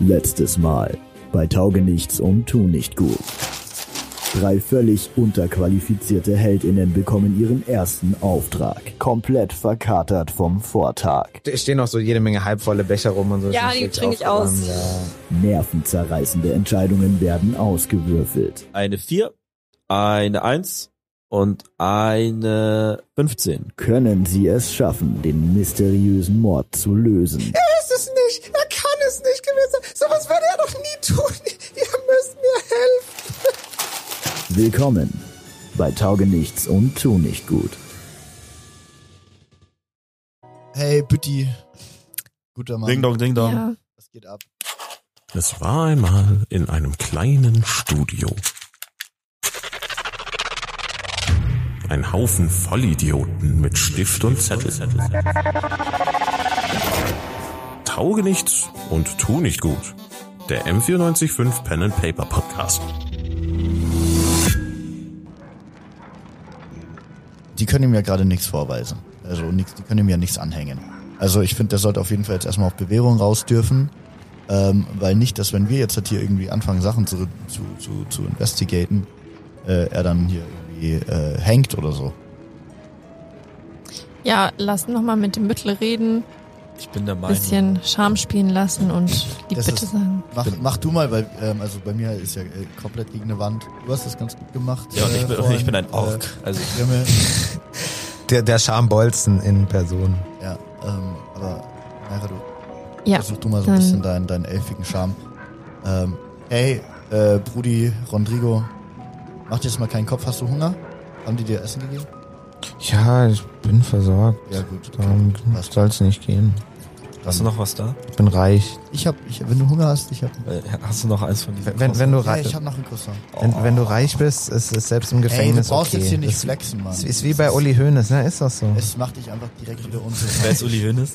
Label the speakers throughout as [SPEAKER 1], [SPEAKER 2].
[SPEAKER 1] Letztes Mal bei Taugenichts und Tu nicht gut. Drei völlig unterqualifizierte Heldinnen bekommen ihren ersten Auftrag, komplett verkatert vom Vortag.
[SPEAKER 2] Es stehen noch so jede Menge halbvolle Becher rum und so.
[SPEAKER 3] Ja,
[SPEAKER 2] Das
[SPEAKER 3] die
[SPEAKER 2] liegt
[SPEAKER 3] trinke ich
[SPEAKER 2] auch
[SPEAKER 3] aus.
[SPEAKER 2] dran, Ja.
[SPEAKER 1] Nervenzerreißende Entscheidungen werden ausgewürfelt.
[SPEAKER 4] Eine 4, eine 1 und eine 15.
[SPEAKER 1] Können sie es schaffen, den mysteriösen Mord zu lösen?
[SPEAKER 2] ist es nicht. Er kann es nicht gewesen sein. Sowas würde er doch nie tun. Ihr müsst mir helfen.
[SPEAKER 1] Willkommen bei Tauge nichts und tu nicht gut.
[SPEAKER 5] Hey, Bütti. Guter Mann.
[SPEAKER 6] Ding dong, ding dong.
[SPEAKER 3] Ja.
[SPEAKER 5] Was geht ab?
[SPEAKER 7] Es war einmal in einem kleinen Studio. Ein Haufen Vollidioten mit Stift und Zettel. Tauge nichts und tu nicht gut. Der M945 Pen and Paper Podcast.
[SPEAKER 5] Die können ihm ja gerade nichts vorweisen. Also nix, die können ihm ja nichts anhängen. Also ich finde, der sollte auf jeden Fall jetzt erstmal auf Bewährung raus dürfen. Ähm, weil nicht, dass wenn wir jetzt halt hier irgendwie anfangen, Sachen zu, zu, zu, zu investigaten, äh, er dann hier irgendwie äh, hängt oder so.
[SPEAKER 3] Ja, lass noch mal mit dem Büttel reden,
[SPEAKER 6] Ich bin der Meinung.
[SPEAKER 3] bisschen Scham spielen lassen und die
[SPEAKER 5] Das
[SPEAKER 3] Bitte
[SPEAKER 5] ist-
[SPEAKER 3] sagen.
[SPEAKER 5] Mach, mach du mal, weil ähm, also bei mir ist ja äh, komplett gegen eine Wand. Du hast das ganz gut gemacht.
[SPEAKER 6] Ja, und ich
[SPEAKER 5] äh,
[SPEAKER 6] bin, und
[SPEAKER 5] vorhin.
[SPEAKER 6] ich bin ein Ork.
[SPEAKER 5] Äh,
[SPEAKER 6] Also ich
[SPEAKER 5] Grimme.
[SPEAKER 2] Der, der Schambolzen in Person.
[SPEAKER 5] ja, ähm, aber Naira, du
[SPEAKER 3] Ja,
[SPEAKER 5] Versuch du mal so ein
[SPEAKER 3] dann-
[SPEAKER 5] bisschen deinen, deinen elfigen Charme. Ähm, hey, äh, Brudi, Rodrigo, mach dir jetzt mal keinen Kopf. Hast du Hunger? Haben die dir Essen gegeben?
[SPEAKER 2] Ja, ich bin versorgt.
[SPEAKER 5] Ja, gut. Okay.
[SPEAKER 2] Darum
[SPEAKER 5] Passt.
[SPEAKER 2] soll es nicht gehen.
[SPEAKER 5] Dann-
[SPEAKER 6] hast du noch was da?
[SPEAKER 2] Ich bin reich.
[SPEAKER 5] Ich hab, ich, wenn du Hunger hast, ich hab.
[SPEAKER 6] Äh, Hast du noch eins von diesen?
[SPEAKER 2] Wenn, wenn, wenn, du,
[SPEAKER 5] Ja,
[SPEAKER 2] rei
[SPEAKER 5] ich hab noch einen Croissant.
[SPEAKER 2] wenn, wenn du reich bist, ist es selbst im
[SPEAKER 5] Ey, du
[SPEAKER 2] Gefängnis
[SPEAKER 5] brauchst
[SPEAKER 2] okay.
[SPEAKER 5] jetzt hier nicht
[SPEAKER 2] das
[SPEAKER 5] flexen, Mann.
[SPEAKER 2] ist, ist wie bei Uli Hoeneß, ne? Ist das so?
[SPEAKER 5] Es macht dich einfach direkt wieder
[SPEAKER 6] Wer
[SPEAKER 5] unsicher.
[SPEAKER 6] ist Uli Hönes?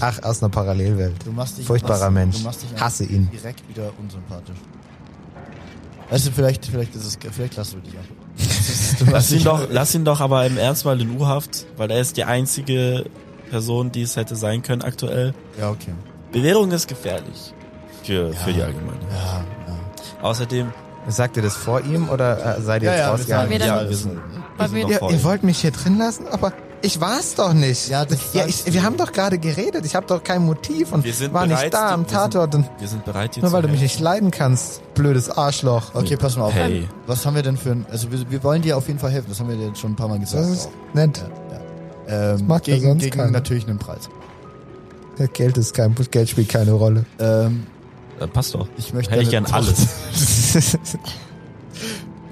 [SPEAKER 2] Ach, aus einer Parallelwelt.
[SPEAKER 5] Du machst dich
[SPEAKER 2] Furchtbarer
[SPEAKER 5] du
[SPEAKER 2] Mensch.
[SPEAKER 5] machst dich einfach
[SPEAKER 2] Hasse ihn.
[SPEAKER 5] direkt wieder unsympathisch. Weißt du, vielleicht, vielleicht ist es, vielleicht lassen wir dich ab. Du
[SPEAKER 6] Lass
[SPEAKER 5] machst
[SPEAKER 6] ihn
[SPEAKER 5] dich-
[SPEAKER 6] doch, lass ihn doch aber im Ernst mal in U-Haft, weil er ist die einzige Person, die es hätte sein können aktuell.
[SPEAKER 5] Ja, okay.
[SPEAKER 6] Bewährung ist gefährlich. Für, für die Allgemeine.
[SPEAKER 5] Ja, ja.
[SPEAKER 6] Außerdem,
[SPEAKER 2] Sagt ihr das vor ihm oder äh, seid ihr
[SPEAKER 5] Ja,
[SPEAKER 2] jetzt
[SPEAKER 5] ja,
[SPEAKER 2] rausgegangen?
[SPEAKER 5] wir sagen,
[SPEAKER 3] wir dann-
[SPEAKER 6] ja, wir sind, wir
[SPEAKER 3] Weil
[SPEAKER 6] sind
[SPEAKER 3] wir-
[SPEAKER 6] noch
[SPEAKER 2] Ja,
[SPEAKER 6] voll.
[SPEAKER 2] ihr wollt mich hier drin lassen, aber ich war's doch nicht.
[SPEAKER 5] Ja, das
[SPEAKER 2] ja
[SPEAKER 5] sagst
[SPEAKER 2] ich,
[SPEAKER 5] du.
[SPEAKER 2] wir haben doch gerade geredet. Ich habe doch kein Motiv und
[SPEAKER 6] Wir sind
[SPEAKER 2] war nicht
[SPEAKER 6] bereit,
[SPEAKER 2] da am
[SPEAKER 6] wir sind-
[SPEAKER 2] Tatort. Und
[SPEAKER 6] wir sind bereit jetzt.
[SPEAKER 2] nur weil du mich nicht leiden kannst, blödes Arschloch.
[SPEAKER 5] Okay, pass mal auf.
[SPEAKER 6] Hey.
[SPEAKER 5] Was haben wir denn für ein. Also, wir, wir wollen dir auf jeden Fall helfen. Das haben wir dir jetzt schon ein paar Mal gesagt.
[SPEAKER 2] Das ist nett.
[SPEAKER 5] ja. ähm,
[SPEAKER 2] macht ja
[SPEAKER 5] gegen,
[SPEAKER 2] sonst
[SPEAKER 5] gegen
[SPEAKER 2] keiner.
[SPEAKER 5] natürlich einen Preis.
[SPEAKER 2] Ja, Geld ist kein Geld spielt keine Rolle.
[SPEAKER 5] Ähm,
[SPEAKER 6] Äh, passt doch.
[SPEAKER 5] ich möchte.
[SPEAKER 6] Hätte ich gern alles.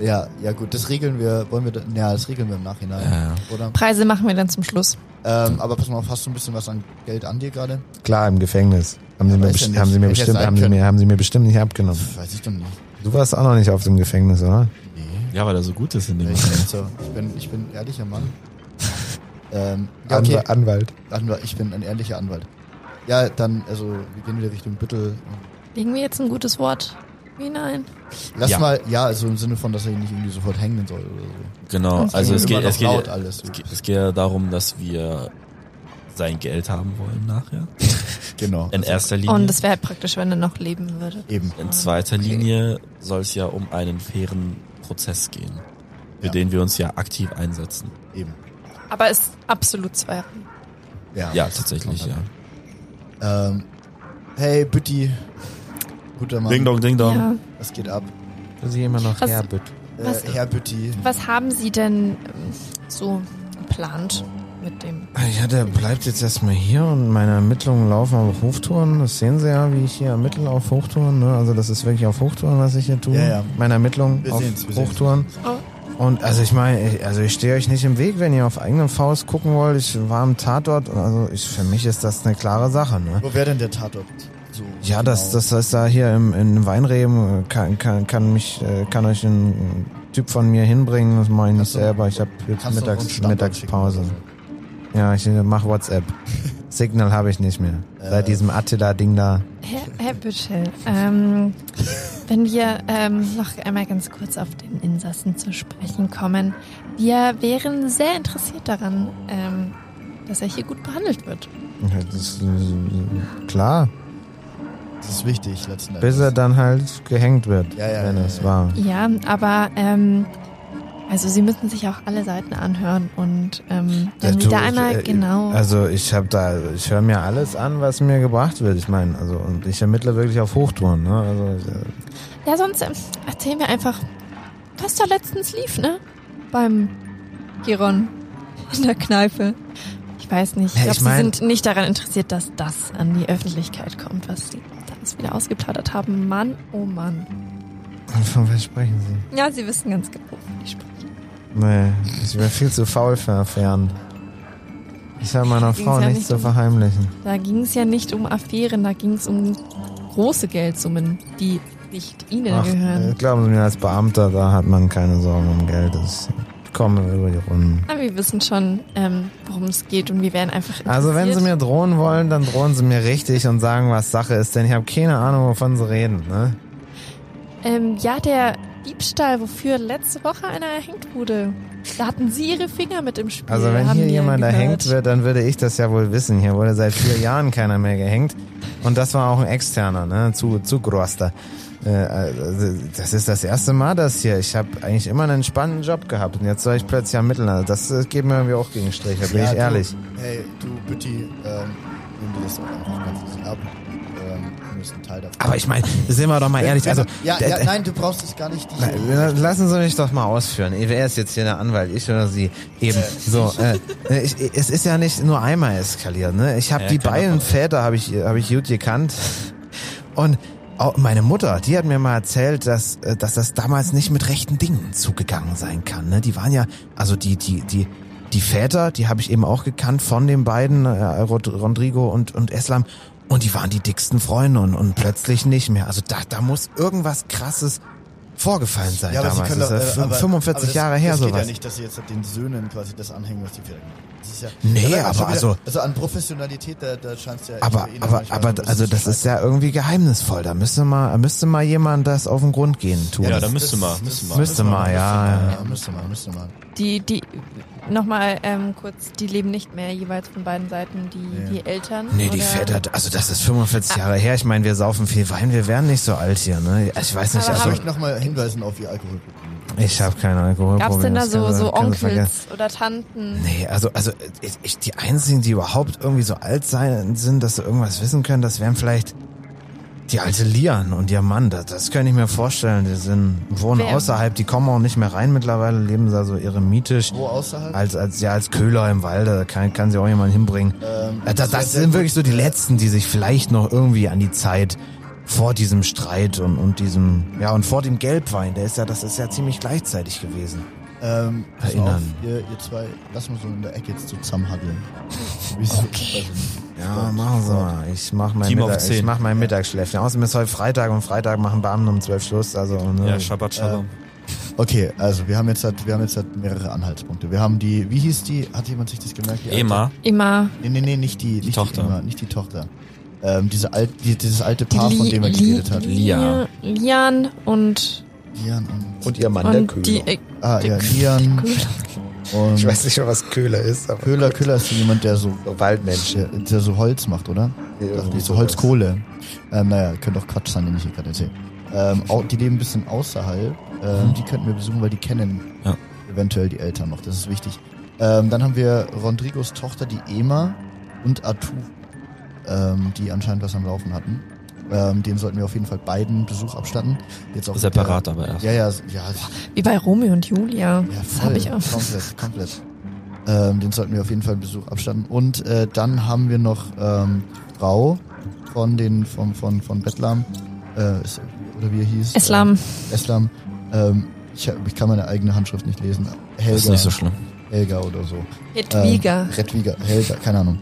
[SPEAKER 5] Ja, ja, gut. Das regeln wir. Wollen wir. da- Ja, das regeln wir im Nachhinein.
[SPEAKER 6] Ja, ja.
[SPEAKER 5] Oder?
[SPEAKER 3] Preise machen wir dann zum Schluss.
[SPEAKER 5] Ähm, aber pass mal auf. Hast du ein bisschen was an Geld an dir gerade?
[SPEAKER 2] Klar, im Gefängnis. Haben sie,
[SPEAKER 5] Ja,
[SPEAKER 2] mir,
[SPEAKER 5] weiß ja
[SPEAKER 2] besti-
[SPEAKER 5] nicht.
[SPEAKER 2] haben, sie mir
[SPEAKER 5] Hätte ja
[SPEAKER 2] bestimmt,
[SPEAKER 5] sein
[SPEAKER 2] haben, sie
[SPEAKER 5] können.
[SPEAKER 2] mir, haben sie mir bestimmt nicht abgenommen.
[SPEAKER 5] Weiß ich doch nicht.
[SPEAKER 2] Du warst auch noch nicht auf dem Gefängnis, oder?
[SPEAKER 5] Nee.
[SPEAKER 6] Ja, weil er so gut ist in dem.
[SPEAKER 5] Ich, bin so, ich, bin, ich bin ein ehrlicher Mann. ähm, ja,
[SPEAKER 2] Anw-
[SPEAKER 5] okay.
[SPEAKER 2] Anwalt.
[SPEAKER 5] Anwalt. Ich bin ein ehrlicher Anwalt. Ja, dann, also, wir gehen wieder Richtung Büttel.
[SPEAKER 3] Legen wir jetzt ein gutes Wort hinein.
[SPEAKER 5] Lass
[SPEAKER 6] Ja.
[SPEAKER 5] mal, ja, also im Sinne von, dass er ihn nicht irgendwie sofort hängen soll oder so.
[SPEAKER 6] Genau, also es
[SPEAKER 5] Mhm. Immer
[SPEAKER 6] geht,
[SPEAKER 5] noch
[SPEAKER 6] es geht,
[SPEAKER 5] laut alles.
[SPEAKER 6] es geht, es geht ja darum, dass wir sein Geld haben wollen nachher.
[SPEAKER 5] Genau.
[SPEAKER 6] In erster Linie.
[SPEAKER 3] Und es wäre halt praktisch, wenn er noch leben würde.
[SPEAKER 5] Eben.
[SPEAKER 6] In zweiter Linie soll es ja um einen fairen Prozess gehen, für
[SPEAKER 5] Ja.
[SPEAKER 6] den wir uns ja aktiv einsetzen.
[SPEAKER 5] Eben.
[SPEAKER 3] Aber ist absolut zweifelhaft.
[SPEAKER 5] Ja.
[SPEAKER 6] Ja, tatsächlich, ja.
[SPEAKER 5] Ähm, hey, Bütti. Guter Mann.
[SPEAKER 6] Ding dong, ding dong.
[SPEAKER 3] Ja.
[SPEAKER 5] Was geht ab?
[SPEAKER 2] Dass ich immer noch
[SPEAKER 3] Was-
[SPEAKER 2] her bin.
[SPEAKER 3] Was-
[SPEAKER 5] Äh, Herr Bütti.
[SPEAKER 3] Was haben Sie denn ähm, so geplant mit dem?
[SPEAKER 2] Ja, der bleibt jetzt erstmal hier und meine Ermittlungen laufen auf Hochtouren. Das sehen Sie ja, wie ich hier ermittle auf Hochtouren. Ne? Also das ist wirklich auf Hochtouren, was ich hier tue.
[SPEAKER 5] Ja, ja.
[SPEAKER 2] Meine Ermittlungen
[SPEAKER 5] Wir
[SPEAKER 2] auf
[SPEAKER 5] sehen's, wir sehen's.
[SPEAKER 2] Hochtouren. Und also ich meine, ich, also ich stehe euch nicht im Weg, wenn ihr auf eigenen Faust gucken wollt. Ich war am Tatort. und Also ich, für mich ist das eine klare Sache. Ne?
[SPEAKER 5] Wo wäre denn der Tatort? So, genau.
[SPEAKER 2] Ja, das, das heißt da hier im, in Weinreben äh, kann, kann, kann mich, äh, kann euch ein Typ von mir hinbringen. Das mache ich nicht
[SPEAKER 5] Kannst du-
[SPEAKER 2] selber. Ich habe jetzt
[SPEAKER 5] Kannst du uns
[SPEAKER 2] Mittags,
[SPEAKER 5] Standort
[SPEAKER 2] Mittagspause.
[SPEAKER 5] schicken oder
[SPEAKER 2] Ja, ich mach WhatsApp. Signal habe ich nicht mehr. Seit
[SPEAKER 5] Äh.
[SPEAKER 2] diesem Attila-Ding da.
[SPEAKER 3] Herr, Herr Büttel, ähm, wenn wir ähm, noch einmal ganz kurz auf den Insassen zu sprechen kommen. Wir wären sehr interessiert daran, ähm, dass er hier gut behandelt wird.
[SPEAKER 2] Ja, Das ist, äh, klar.
[SPEAKER 5] Das ist wichtig, letzten Endes.
[SPEAKER 2] Bis er dann halt gehängt wird,
[SPEAKER 5] Ja, ja,
[SPEAKER 2] wenn
[SPEAKER 5] ja,
[SPEAKER 2] es
[SPEAKER 5] ja.
[SPEAKER 2] war.
[SPEAKER 3] Ja, aber ähm, also sie müssen sich auch alle Seiten anhören und ähm,
[SPEAKER 2] Ja,
[SPEAKER 3] wenn sie
[SPEAKER 2] du,
[SPEAKER 3] da
[SPEAKER 2] ich,
[SPEAKER 3] einmal
[SPEAKER 2] äh,
[SPEAKER 3] genau.
[SPEAKER 2] Also ich habe da, ich höre mir alles an, was mir gebracht wird. Ich meine, also und ich ermittle wirklich auf Hochtouren. Ne? Also, äh,
[SPEAKER 3] ja, sonst ähm, erzähl mir einfach, was da letztens lief, ne? Beim Giron in der Kneipe. Ich weiß nicht. Ich
[SPEAKER 2] Ja,
[SPEAKER 3] glaube,
[SPEAKER 2] ich mein-
[SPEAKER 3] sie sind nicht daran interessiert, dass das an die Öffentlichkeit kommt, was sie alles wieder ausgeplaudert haben. Mann, oh Mann.
[SPEAKER 2] von was sprechen Sie?
[SPEAKER 3] Ja, sie wissen ganz genau, wovon ich spreche.
[SPEAKER 2] Nee, ich bin viel zu faul für Affären. Ich habe meiner
[SPEAKER 3] Ging's
[SPEAKER 2] Frau
[SPEAKER 3] ja
[SPEAKER 2] nichts
[SPEAKER 3] nicht
[SPEAKER 2] zu
[SPEAKER 3] um-
[SPEAKER 2] verheimlichen.
[SPEAKER 3] Da ging es ja nicht um Affären, da ging es um große Geldsummen, die nicht ihnen
[SPEAKER 2] Ach,
[SPEAKER 3] gehören.
[SPEAKER 2] äh, glauben Sie mir, als Beamter, da hat man keine Sorgen um Geld. Das- Ich komme über die Runden.
[SPEAKER 3] Aber wir wissen schon, ähm, worum es geht und wir werden einfach
[SPEAKER 2] Also wenn Sie
[SPEAKER 3] interessiert.
[SPEAKER 2] mir drohen wollen, dann drohen Sie mir richtig und sagen, was Sache ist, denn ich habe keine Ahnung, wovon Sie reden. Ne?
[SPEAKER 3] Ähm, ja, der Diebstahl, wofür letzte Woche einer erhängt wurde, da hatten Sie Ihre Finger mit im Spiel.
[SPEAKER 2] Also wenn
[SPEAKER 3] haben
[SPEAKER 2] hier
[SPEAKER 3] wir
[SPEAKER 2] jemand
[SPEAKER 3] gehört.
[SPEAKER 2] erhängt wird, dann würde ich das ja wohl wissen. Hier wurde seit vier Jahren keiner mehr gehängt. Und das war auch ein externer, ne? Zu, zu Groster. Äh, also, das ist das erste Mal das hier. Ich habe eigentlich immer einen spannenden Job gehabt und jetzt soll ich plötzlich ermitteln. Also das äh, geht mir irgendwie auch gegen den Strich, da bin ich ehrlich.
[SPEAKER 5] Du, hey, du, bitte, ähm, nimm dir das auch einfach ganz easy ab. Ähm, du bist ein Teil davon.
[SPEAKER 2] Aber ich meine, sind wir doch mal ehrlich. Also,
[SPEAKER 5] ja,
[SPEAKER 2] d-
[SPEAKER 5] ja,
[SPEAKER 2] d-
[SPEAKER 5] nein, du brauchst es gar nicht. Die,
[SPEAKER 2] Äh, Lassen Sie mich doch mal ausführen. Wer ist jetzt hier der Anwalt? Ich oder Sie? Eben. So. Äh, ich, ich- es ist ja nicht nur einmal eskaliert. Ne? Ich habe
[SPEAKER 6] Ja,
[SPEAKER 2] die
[SPEAKER 6] kann
[SPEAKER 2] beiden Väter habe ich habe ich gut gekannt. Und auch meine Mutter, die hat mir mal erzählt, dass äh, dass das damals nicht mit rechten Dingen zugegangen sein kann. Ne? Die waren ja also die die die die Väter, die habe ich eben auch gekannt von den beiden äh, Rod- Rodrigo und und Eslam. Und die waren die dicksten Freunde und, und plötzlich nicht mehr. Also da, da muss irgendwas krasses vorgefallen sein
[SPEAKER 5] Ja, aber sie
[SPEAKER 2] damals.
[SPEAKER 5] können
[SPEAKER 2] Das
[SPEAKER 5] doch,
[SPEAKER 2] ist
[SPEAKER 5] äh,
[SPEAKER 2] ja
[SPEAKER 5] aber-
[SPEAKER 2] 45
[SPEAKER 5] aber das,
[SPEAKER 2] Jahre her
[SPEAKER 5] das
[SPEAKER 2] sowas.
[SPEAKER 5] geht ja nicht, dass sie jetzt den Söhnen quasi das anhängen, was die Väter gemacht haben. Das ist ja,
[SPEAKER 2] Nee,
[SPEAKER 5] Also,
[SPEAKER 2] aber
[SPEAKER 5] schon wieder,
[SPEAKER 2] also-
[SPEAKER 5] Also an Professionalität, da, da scheinst du ja...
[SPEAKER 2] aber,
[SPEAKER 5] bei ihnen
[SPEAKER 2] aber,
[SPEAKER 5] manchmal
[SPEAKER 2] aber,
[SPEAKER 5] so ein
[SPEAKER 2] also
[SPEAKER 5] bisschen
[SPEAKER 2] das
[SPEAKER 5] zu
[SPEAKER 2] ist ja irgendwie geheimnisvoll. Da müsste mal, müsste mal jemand das auf den Grund gehen tun.
[SPEAKER 6] Ja,
[SPEAKER 5] das-
[SPEAKER 6] da müsste
[SPEAKER 5] das-
[SPEAKER 6] mal,
[SPEAKER 5] das-
[SPEAKER 6] müsste mal.
[SPEAKER 2] Müsste mal, ja,
[SPEAKER 5] ja. Müsste mal, müsste mal.
[SPEAKER 3] Die, die, nochmal ähm, kurz, die leben nicht mehr jeweils von beiden Seiten, die, die Eltern.
[SPEAKER 2] Nee, die
[SPEAKER 3] oder?
[SPEAKER 2] Väter, also das ist 45 Jahre her. Ich meine, wir saufen viel Wein, wir wären nicht so alt hier, ne? Ich weiß nicht,
[SPEAKER 3] Aber
[SPEAKER 2] also
[SPEAKER 5] Soll ich nochmal hinweisen auf ihr Alkoholproblem?
[SPEAKER 2] ich habe kein Alkoholproblem.
[SPEAKER 3] Gab's denn da
[SPEAKER 2] das
[SPEAKER 3] so,
[SPEAKER 2] kannst du-
[SPEAKER 3] so
[SPEAKER 2] kannst du vergessen.
[SPEAKER 3] Onkels oder Tanten?
[SPEAKER 2] Nee, also, also ich, ich, die einzigen, die überhaupt irgendwie so alt sein, sind, dass sie irgendwas wissen können, das wären vielleicht die alte Lian und ihr Mann. Das, das könnte ich mir vorstellen. Die sind, wohnen
[SPEAKER 3] Wer?
[SPEAKER 2] außerhalb, die kommen auch nicht mehr rein mittlerweile, leben da so eremitisch.
[SPEAKER 5] Wo außerhalb?
[SPEAKER 2] Als, als, ja, als Köhler im Walde, kann, kann sie auch jemand hinbringen.
[SPEAKER 5] Ähm,
[SPEAKER 2] Äh, das,
[SPEAKER 5] wär
[SPEAKER 2] das
[SPEAKER 5] sehr
[SPEAKER 2] sind
[SPEAKER 5] gut.
[SPEAKER 2] wirklich so die Letzten, die sich vielleicht noch irgendwie an die Zeit vor diesem Streit und, und diesem, ja, und vor dem Gelbwein, der ist ja, das ist ja ziemlich gleichzeitig gewesen.
[SPEAKER 5] Ähm, pass auf,
[SPEAKER 2] Erinnern.
[SPEAKER 5] ihr, ihr zwei, lass mal so in der Ecke jetzt zusammenhaddeln. Wieso? Okay.
[SPEAKER 2] Ja, machen Sie mal. Ich mach mein,
[SPEAKER 6] Team auf
[SPEAKER 2] Mittag, ich
[SPEAKER 6] 10.
[SPEAKER 2] mach mein Mittagsschläfchen. Außerdem ist heute Freitag und Freitag machen Beamten um 12 Schluss. Also, ne,
[SPEAKER 6] Ja, Shabbat Shalom.
[SPEAKER 5] Okay, also wir haben jetzt halt, wir haben jetzt halt mehrere Anhaltspunkte. Wir haben die, wie hieß die? Hat jemand sich das gemerkt? Die alte?
[SPEAKER 6] Ema.
[SPEAKER 3] Immer
[SPEAKER 5] Nee, nee, nee, nicht die, nicht
[SPEAKER 6] Tochter.
[SPEAKER 5] Die Emma, nicht die Tochter. Ähm, diese alt, die, dieses alte
[SPEAKER 3] die
[SPEAKER 5] Paar, von dem er
[SPEAKER 3] Li-
[SPEAKER 5] geredet hat.
[SPEAKER 6] Lia.
[SPEAKER 3] Lian und,
[SPEAKER 5] Lian und,
[SPEAKER 2] Und ihr Mann,
[SPEAKER 3] und die, äh,
[SPEAKER 5] ah,
[SPEAKER 3] der
[SPEAKER 5] ja, Lian und
[SPEAKER 2] Ich weiß nicht, was Köhler ist, aber
[SPEAKER 5] Köhler, Köhler ist jemand, der so,
[SPEAKER 2] so Waldmensch.
[SPEAKER 5] der, der so Holz macht, oder? Dachte ich, so Holzkohle. Ähm, naja, könnte auch Quatsch sein, den ich hier gerade erzähle. Ähm, au- die leben ein bisschen außerhalb. Ähm, die könnten wir besuchen, weil die kennen
[SPEAKER 6] Mhm. Ja.
[SPEAKER 5] eventuell die Eltern noch. Das ist wichtig. Ähm, dann haben wir Rodrigos Tochter, die Ema und Atu, ähm, die anscheinend was am Laufen hatten. Ähm, den sollten wir auf jeden Fall beiden Besuch abstatten. Jetzt auch mit
[SPEAKER 6] Separat aber erst.
[SPEAKER 5] Der, ja, ja, ja,
[SPEAKER 3] wie bei Romeo und Julia.
[SPEAKER 5] ja,
[SPEAKER 3] das
[SPEAKER 5] voll.
[SPEAKER 3] habe ich auch.
[SPEAKER 5] Komplett, komplett. Ähm, den sollten wir auf jeden Fall einen Besuch abstatten. Und äh, dann haben wir noch ähm, Frau von den von von von Betlam äh, ist- oder wie er hieß.
[SPEAKER 3] Islam.
[SPEAKER 5] Äh, Islam. Ähm, ich, hab- ich kann meine eigene Handschrift nicht lesen. Helga.
[SPEAKER 6] Ist nicht so schlimm.
[SPEAKER 5] Helga oder so.
[SPEAKER 3] Hedwiga.
[SPEAKER 5] Ähm, Redwiga. Helga. Keine Ahnung.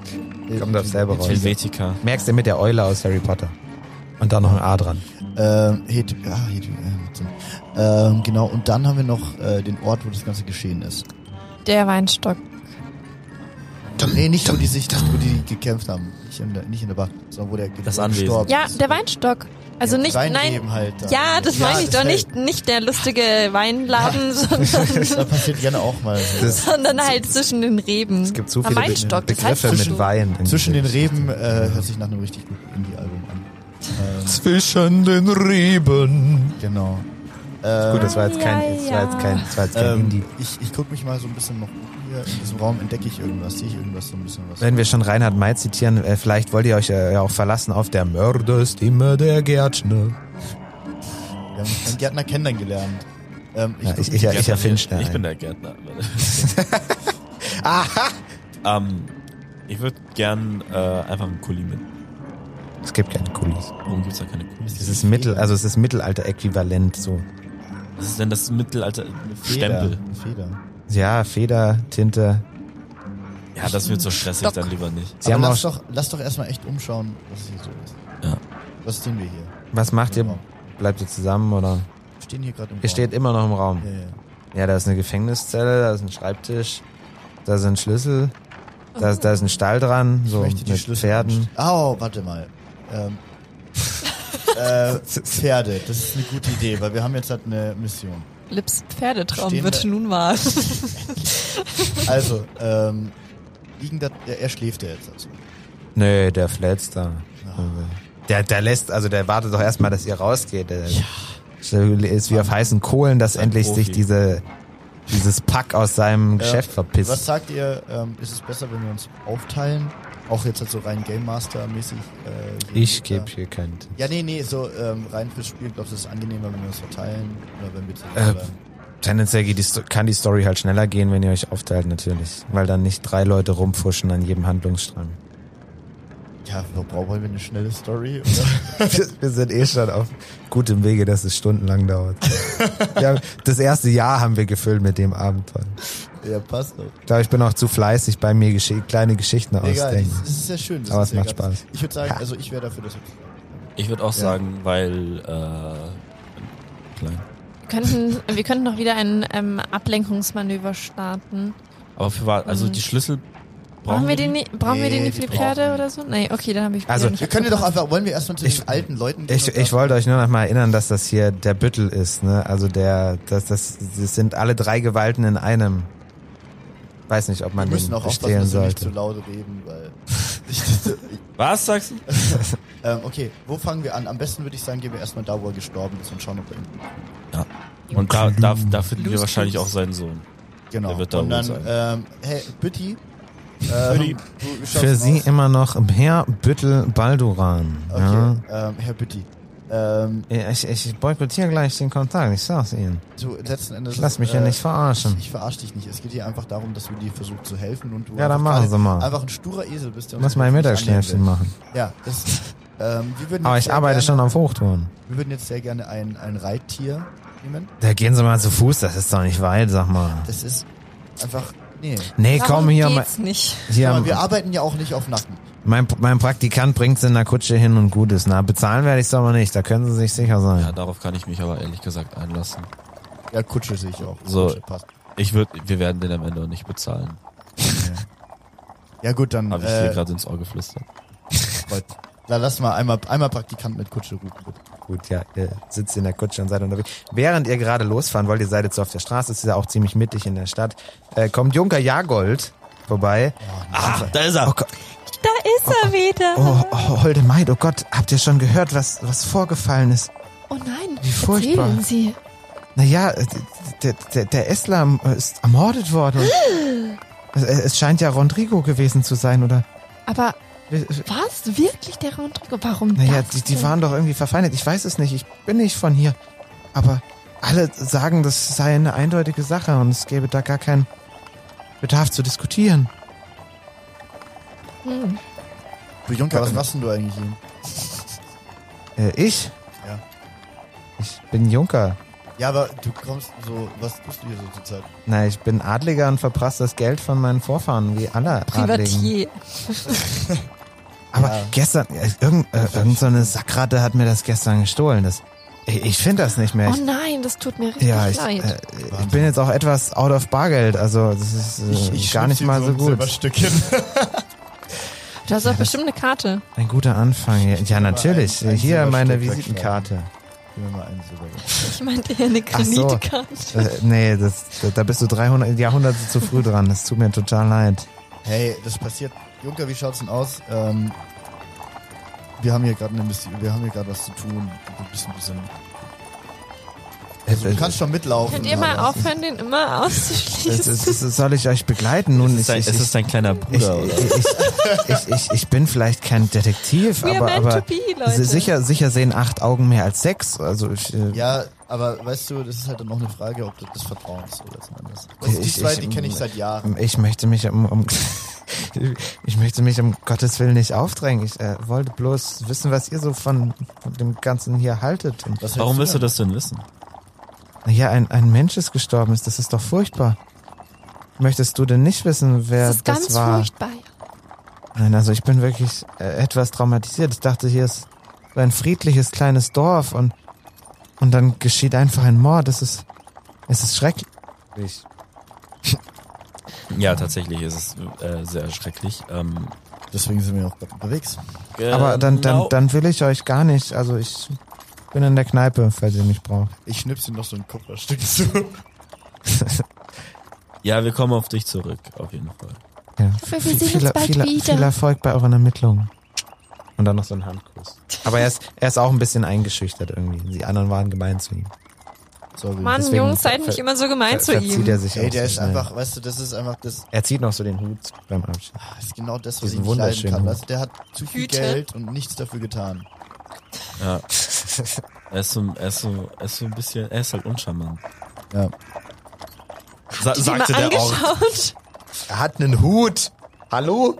[SPEAKER 2] Kommt auf selber raus.
[SPEAKER 6] Helvetica.
[SPEAKER 2] Merkst du mit der Eule aus Harry Potter? Und da noch ein A dran.
[SPEAKER 5] Ähm, Hed ah, Hedwiga. äh, Ähm, genau. Und dann haben wir noch äh, den Ort, wo das Ganze geschehen ist.
[SPEAKER 2] Ähm.
[SPEAKER 3] Der Weinstock.
[SPEAKER 5] Nee, nicht wo die sich, wo die gekämpft haben. Nicht in der, nicht in der Bar, sondern wo der
[SPEAKER 6] Das Anwesen.
[SPEAKER 5] gestorben
[SPEAKER 3] Ja,
[SPEAKER 5] ist.
[SPEAKER 3] der Weinstock. Also
[SPEAKER 5] Ja,
[SPEAKER 3] nicht, nein.
[SPEAKER 5] Weinreben halt da.
[SPEAKER 3] Ja, das meine ich
[SPEAKER 5] das
[SPEAKER 3] doch
[SPEAKER 5] hält.
[SPEAKER 3] nicht. Nicht der lustige Weinladen,
[SPEAKER 5] Da
[SPEAKER 3] sondern,
[SPEAKER 5] passiert gerne auch mal. So.
[SPEAKER 2] Das-
[SPEAKER 3] sondern halt zwischen den Reben.
[SPEAKER 2] Es gibt so
[SPEAKER 3] Am
[SPEAKER 2] viele Be
[SPEAKER 3] Weinstock, das heißt
[SPEAKER 2] Begriffe
[SPEAKER 3] so.
[SPEAKER 2] halt mit Wein. in
[SPEAKER 5] Zwischen den
[SPEAKER 2] diesem-
[SPEAKER 5] Reben äh, hört sich nach einem richtig guten Indie-Album an.
[SPEAKER 2] Zwischen den Rieben.
[SPEAKER 5] Genau. Ähm,
[SPEAKER 2] Äh, Gut, das war jetzt kein,
[SPEAKER 3] Ja,
[SPEAKER 2] das war jetzt kein, das war jetzt kein
[SPEAKER 5] ähm,
[SPEAKER 2] Indie.
[SPEAKER 5] ich ich gucke mich mal so ein bisschen noch um hier. In diesem Raum entdecke ich irgendwas, sehe ich irgendwas, so ein bisschen was.
[SPEAKER 2] Wenn wir schon Reinhard May zitieren, äh, vielleicht wollt ihr euch äh, ja auch verlassen auf der Mörder ist immer der Gärtner.
[SPEAKER 5] Wir haben einen Gärtner kennengelernt. Ähm, ich
[SPEAKER 2] Ja,
[SPEAKER 5] guck
[SPEAKER 2] ich,
[SPEAKER 5] mich-
[SPEAKER 2] ich, ich erfinde schnell.
[SPEAKER 6] Ich
[SPEAKER 2] einen.
[SPEAKER 6] bin der Gärtner.
[SPEAKER 2] Aha!
[SPEAKER 6] ähm, ich würde gern äh, einfach einen Kuli mit.
[SPEAKER 2] Es gibt keine Kulis.
[SPEAKER 6] Warum gibt's da keine Kulis?
[SPEAKER 2] Es ist Mittel, also es ist Mittelalter-Äquivalent so.
[SPEAKER 6] Was ist denn das Mittelalter?
[SPEAKER 5] Feder,
[SPEAKER 6] Stempel.
[SPEAKER 5] eine Feder.
[SPEAKER 2] Ja, Feder, Tinte.
[SPEAKER 6] Ja, das wird so stressig, dann lieber nicht.
[SPEAKER 2] Sie
[SPEAKER 5] Aber
[SPEAKER 2] haben
[SPEAKER 5] lass
[SPEAKER 2] auch,
[SPEAKER 5] doch, lass doch erstmal echt umschauen, was hier so ist.
[SPEAKER 6] Ja.
[SPEAKER 5] Was sehen wir hier?
[SPEAKER 2] was macht ihr?
[SPEAKER 5] Genau.
[SPEAKER 2] Bleibt ihr zusammen oder?
[SPEAKER 5] Wir stehen hier gerade im
[SPEAKER 2] Ihr steht immer noch im Raum.
[SPEAKER 5] Ja, ja.
[SPEAKER 2] Ja, da ist eine Gefängniszelle, da ist ein Schreibtisch, da sind Schlüssel, da ist, da ist ein Stall dran, so
[SPEAKER 5] möchte
[SPEAKER 2] mit
[SPEAKER 5] die Schlüssel
[SPEAKER 2] Pferden.
[SPEAKER 5] Oh, warte mal. Ähm, äh, Pferde, das ist eine gute Idee, weil wir haben jetzt halt eine Mission.
[SPEAKER 8] Lips Pferdetraum
[SPEAKER 5] Stehen
[SPEAKER 8] wird
[SPEAKER 5] wir-
[SPEAKER 8] nun mal.
[SPEAKER 5] Also, ähm, liegen da, er, er schläft ja jetzt. Also.
[SPEAKER 2] Nö, der flätzt da. Der, der lässt, also der wartet doch erstmal, dass ihr rausgeht. Der, der ist wie auf heißen Kohlen, dass endlich sich
[SPEAKER 6] Profi.
[SPEAKER 2] diese, dieses Pack aus seinem Geschäft verpisst.
[SPEAKER 5] Ähm, Was sagt ihr, ähm, ist es besser, wenn wir uns aufteilen? Auch jetzt halt so rein Game Master mäßig. Äh, hier
[SPEAKER 2] ich
[SPEAKER 5] und da.
[SPEAKER 2] gebe hier keinen Tipp.
[SPEAKER 5] Ja, nee, nee, so ähm, rein fürs Spiel, glaubst du, es ist angenehmer, wenn wir uns verteilen? Oder wenn wir zusammen
[SPEAKER 2] Äh,
[SPEAKER 5] bleiben?
[SPEAKER 2] Tendenziell geht die, Sto- kann die Story halt schneller gehen, wenn ihr euch aufteilt, natürlich. Weil dann nicht drei Leute rumfuschen an jedem Handlungsstrang.
[SPEAKER 5] Ja, wir brauchen wir eine schnelle Story? Oder?
[SPEAKER 2] Wir sind eh schon auf gutem Wege, dass es stundenlang dauert. Wir haben- das erste Jahr haben wir gefüllt mit dem Abenteuer.
[SPEAKER 5] ja, passt doch.
[SPEAKER 2] Ich glaube, ich bin auch zu fleißig bei mir, gesche- kleine Geschichten
[SPEAKER 5] Egal,
[SPEAKER 2] ausdenken.
[SPEAKER 5] das ist ja schön. Das
[SPEAKER 2] Aber
[SPEAKER 5] ist
[SPEAKER 2] es
[SPEAKER 5] ja
[SPEAKER 2] macht
[SPEAKER 5] ganz-
[SPEAKER 2] Spaß.
[SPEAKER 5] Ich würde sagen, also ich wäre dafür, dass wir
[SPEAKER 6] Ich würde auch sagen, weil äh, klein.
[SPEAKER 3] Wir könnten, wir könnten noch wieder ein ähm, Ablenkungsmanöver starten.
[SPEAKER 6] Aber für wa- also
[SPEAKER 3] Mhm.
[SPEAKER 6] die Schlüssel
[SPEAKER 3] Brauchen wir den nicht, brauchen wir den
[SPEAKER 5] Nee,
[SPEAKER 3] nicht für
[SPEAKER 5] die
[SPEAKER 3] die Pferde
[SPEAKER 5] brauchen-
[SPEAKER 3] oder so? Nee, okay, dann habe ich wieder
[SPEAKER 2] Also,
[SPEAKER 3] nicht
[SPEAKER 5] Wir können ja doch
[SPEAKER 3] aufgepasst.
[SPEAKER 5] einfach, wollen wir erstmal zu den
[SPEAKER 2] Ich-
[SPEAKER 5] alten Leuten gehen?
[SPEAKER 2] Ich,
[SPEAKER 5] und
[SPEAKER 2] ich
[SPEAKER 5] sagen,
[SPEAKER 2] wollte euch nur noch mal erinnern, dass das hier der Büttel ist, ne? Also der, das, das, das sind alle drei Gewalten in einem. Weiß nicht, ob
[SPEAKER 5] wir
[SPEAKER 2] man den
[SPEAKER 5] müssen auch aufpassen,
[SPEAKER 2] bestehlen
[SPEAKER 5] dass wir nicht zu
[SPEAKER 2] sollte.
[SPEAKER 5] laut reden, weil.
[SPEAKER 6] Was sagst du?
[SPEAKER 5] ähm, okay, wo fangen wir an? Am besten würde ich sagen, gehen wir erstmal da, wo er gestorben ist und schauen, ob er.
[SPEAKER 6] Und da, da, da finden wir
[SPEAKER 8] Loose
[SPEAKER 6] wahrscheinlich auch
[SPEAKER 8] Clues.
[SPEAKER 6] seinen Sohn.
[SPEAKER 5] Genau.
[SPEAKER 6] Der wird da
[SPEAKER 5] und
[SPEAKER 6] wohl
[SPEAKER 5] dann,
[SPEAKER 6] sein.
[SPEAKER 5] ähm, hey, Bütti. Ähm, du schaust
[SPEAKER 2] Für sie
[SPEAKER 5] raus.
[SPEAKER 2] immer noch Herr Büttel Balduran.
[SPEAKER 5] Okay, ähm, Herr Bütti. Ähm,
[SPEAKER 2] Ja? Ich, ich boykottiere gleich den Kontakt, ich sag's Ihnen.
[SPEAKER 5] du, letzten Endes.
[SPEAKER 2] Ich lass mich ja
[SPEAKER 5] äh,
[SPEAKER 2] nicht verarschen.
[SPEAKER 5] Ich verarsche dich nicht. Es geht hier einfach darum, dass wir dir versuchen zu helfen und du
[SPEAKER 2] Ja, dann
[SPEAKER 5] einfach
[SPEAKER 2] machen
[SPEAKER 5] gerade
[SPEAKER 2] Sie mal.
[SPEAKER 5] einfach ein sturer Esel bist. Der uns
[SPEAKER 2] Lass mal ein
[SPEAKER 5] nicht
[SPEAKER 2] Mittagsschläfchen
[SPEAKER 5] annehmen
[SPEAKER 2] machen.
[SPEAKER 5] will. Ja, das, ähm, wir würden
[SPEAKER 2] Aber
[SPEAKER 5] jetzt
[SPEAKER 2] ich
[SPEAKER 5] sehr
[SPEAKER 2] arbeite
[SPEAKER 5] gerne,
[SPEAKER 2] schon auf Hochtouren.
[SPEAKER 5] Wir würden jetzt sehr gerne ein, ein Reittier nehmen.
[SPEAKER 2] Da gehen Sie mal zu Fuß, das ist doch nicht weit, sag mal.
[SPEAKER 5] Das ist einfach, nee.
[SPEAKER 2] Nee, komm
[SPEAKER 8] Darum
[SPEAKER 2] hier, mein,
[SPEAKER 8] geht's nicht.
[SPEAKER 2] hier
[SPEAKER 5] Aber wir arbeiten ja auch nicht auf Nacken.
[SPEAKER 2] mein, mein Praktikant bringt in der Kutsche hin und gut ist. Na, bezahlen werde ich es aber nicht, da können Sie sich sicher sein.
[SPEAKER 6] Ja, darauf kann ich mich aber ehrlich gesagt einlassen.
[SPEAKER 5] Ja, Kutsche sehe ich auch.
[SPEAKER 6] So.
[SPEAKER 5] Kutsche passt.
[SPEAKER 6] Ich würde, wir werden den am Ende auch nicht bezahlen.
[SPEAKER 5] Ja gut, dann,
[SPEAKER 6] Habe ich dir
[SPEAKER 5] äh,
[SPEAKER 6] gerade ins Ohr geflüstert.
[SPEAKER 5] Gott. da lass mal einmal, einmal Praktikant mit Kutsche rufen. bitte.
[SPEAKER 2] Gut, ja, ihr sitzt in der Kutsche und seid unterwegs. Während ihr gerade losfahren wollt, ihr seid jetzt so auf der Straße, es ist ja auch ziemlich mittig in der Stadt, äh, kommt Junker Jagold vorbei.
[SPEAKER 6] Ah, da ist er.
[SPEAKER 2] Oh, Gott.
[SPEAKER 3] Da ist er wieder.
[SPEAKER 2] oh, oh, holde Maid, oh Gott, habt ihr schon gehört, was, was vorgefallen ist?
[SPEAKER 3] Oh nein,
[SPEAKER 2] Wie furchtbar.
[SPEAKER 3] erzählen Sie.
[SPEAKER 2] Naja, äh, der, der, der Essler ähm, ist ermordet worden. Es- äh, Es scheint ja Rodrigo gewesen zu sein, oder? Äh,
[SPEAKER 3] Aber war es wirklich der Rondrigo? Warum
[SPEAKER 2] Naja,
[SPEAKER 3] das
[SPEAKER 2] die, die
[SPEAKER 3] denn?
[SPEAKER 2] waren doch irgendwie verfeindet. Ich weiß es nicht. Ich bin nicht von hier. Aber alle sagen, das sei eine eindeutige Sache und es gäbe da gar keinen Bedarf zu diskutieren.
[SPEAKER 3] Hm.
[SPEAKER 5] Du Junker, was machst denn du eigentlich hier?
[SPEAKER 2] Äh, ich?
[SPEAKER 5] Ja.
[SPEAKER 2] Ich bin Junker.
[SPEAKER 5] Ja, aber du kommst so, was tust du hier so zur Zeit?
[SPEAKER 2] Na, ich bin Adliger und verprasse das Geld von meinen Vorfahren, wie alle Adligen.
[SPEAKER 8] Privatier.
[SPEAKER 3] Oh
[SPEAKER 2] Aber
[SPEAKER 5] Ja.
[SPEAKER 2] gestern, äh, irgend, äh, irgend so eine Sackratte hat mir das gestern gestohlen. Das, ich ich finde das nicht mehr.
[SPEAKER 3] Oh
[SPEAKER 2] Ich,
[SPEAKER 3] nein, das tut mir richtig
[SPEAKER 2] ja, ich,
[SPEAKER 3] leid.
[SPEAKER 2] äh, ich bin jetzt auch etwas out of Bargeld. Also, das ist äh, gar nicht mal so gut.
[SPEAKER 5] Silberstückchen.
[SPEAKER 3] du hast doch bestimmt eine Karte.
[SPEAKER 2] Ein guter Anfang. Ja, ja natürlich.
[SPEAKER 5] ein- ein
[SPEAKER 2] Hier meine
[SPEAKER 5] Silberstück
[SPEAKER 2] Visitenkarte.
[SPEAKER 5] Gib mir mal einen Silber.
[SPEAKER 3] Ich meinte eher eine
[SPEAKER 2] Ach so.
[SPEAKER 3] Kreditkarte.
[SPEAKER 2] Äh, nee, das, da- da bist du 300 Jahrhunderte zu früh dran. Das tut mir total leid.
[SPEAKER 5] Hey, das passiert. Junker, wie schaut's denn aus? Ähm, wir haben hier gerade eine Mission, wir haben hier gerade was zu tun. Du bist ein bisschen. Also, du kannst schon mitlaufen.
[SPEAKER 3] Könnt ihr mal
[SPEAKER 5] aber-
[SPEAKER 3] aufhören, den immer
[SPEAKER 2] Äh, Es-
[SPEAKER 3] auszuschließen?
[SPEAKER 2] es- es- soll ich euch begleiten? Nun,
[SPEAKER 6] ist,
[SPEAKER 2] ich,
[SPEAKER 6] dein,
[SPEAKER 2] ich,
[SPEAKER 6] es ist dein kleiner
[SPEAKER 2] ich,
[SPEAKER 6] Bruder, oder?
[SPEAKER 2] ich, ich, ich, ich, ich bin vielleicht kein Detektiv,
[SPEAKER 3] We are
[SPEAKER 2] aber,
[SPEAKER 3] meant
[SPEAKER 2] aber
[SPEAKER 3] to be, Leute.
[SPEAKER 2] sicher, sicher sehen acht Augen mehr als sechs. Also ich, äh,
[SPEAKER 5] Ja, aber weißt du, das ist halt dann noch eine Frage, ob du das vertraust oder was anderes.
[SPEAKER 2] Ich-
[SPEAKER 5] Also die
[SPEAKER 2] ich-
[SPEAKER 5] zwei, die
[SPEAKER 2] ich-
[SPEAKER 5] kenne ich seit Jahren.
[SPEAKER 2] ich möchte mich um, um ich möchte mich um Gottes Willen nicht aufdrängen. Ich äh, wollte bloß wissen, was ihr so von, von dem Ganzen hier haltet. Und
[SPEAKER 5] Was
[SPEAKER 6] Warum willst
[SPEAKER 5] hältst
[SPEAKER 6] du das denn wissen?
[SPEAKER 2] ja, ein, ein Mensch ist gestorben ist, das ist doch furchtbar. Möchtest du denn nicht wissen, wer
[SPEAKER 3] das ist ganz
[SPEAKER 2] war?
[SPEAKER 3] furchtbar.
[SPEAKER 2] Nein, also ich bin wirklich äh, etwas traumatisiert. Ich dachte, hier ist so ein friedliches kleines Dorf und, und dann geschieht einfach ein Mord. Es ist, es ist schrecklich.
[SPEAKER 6] Ja, tatsächlich ist es äh, sehr schrecklich. Ähm,
[SPEAKER 5] Deswegen sind wir auch gerade unterwegs.
[SPEAKER 2] Aber dann, dann,
[SPEAKER 6] genau.
[SPEAKER 2] dann will ich euch gar nicht. Also ich bin in der Kneipe, falls ihr mich braucht.
[SPEAKER 5] Ich schnips ihm noch so ein Kupferstück zu.
[SPEAKER 6] Ja, wir kommen auf dich zurück, auf jeden Fall.
[SPEAKER 2] Ja.
[SPEAKER 3] Wir sehen uns bald
[SPEAKER 2] viel,
[SPEAKER 3] wieder.
[SPEAKER 2] viel Erfolg bei euren Ermittlungen. Und dann noch so ein Handkuss. Aber er ist, er ist auch ein bisschen eingeschüchtert irgendwie. Die anderen waren gemein zu ihm.
[SPEAKER 5] Sorry.
[SPEAKER 3] Mann,
[SPEAKER 2] Deswegen
[SPEAKER 3] Jungs, seid
[SPEAKER 2] ver-
[SPEAKER 3] nicht immer so gemein zu
[SPEAKER 2] Verzieht
[SPEAKER 3] ihm.
[SPEAKER 2] er sich
[SPEAKER 5] Ey,
[SPEAKER 2] auch
[SPEAKER 5] der
[SPEAKER 2] so
[SPEAKER 5] ist
[SPEAKER 2] schnell.
[SPEAKER 5] einfach, weißt du, das ist einfach das,
[SPEAKER 2] Er zieht noch so den Hut beim Abschied.
[SPEAKER 5] das ist genau das, was
[SPEAKER 2] Diesen
[SPEAKER 5] ich nicht leiden
[SPEAKER 2] wunderschönen
[SPEAKER 5] kann.
[SPEAKER 2] Hut.
[SPEAKER 5] Weißt du, der hat zu viel
[SPEAKER 3] Hüte.
[SPEAKER 5] Geld und nichts dafür getan.
[SPEAKER 6] Ja. er, ist so, er, ist so, er ist so ein bisschen, er ist halt uncharmant.
[SPEAKER 5] Ja.
[SPEAKER 6] Sa
[SPEAKER 3] Die mal
[SPEAKER 6] sagte der auch.
[SPEAKER 3] angeschaut.
[SPEAKER 2] Er hat einen Hut. Hallo?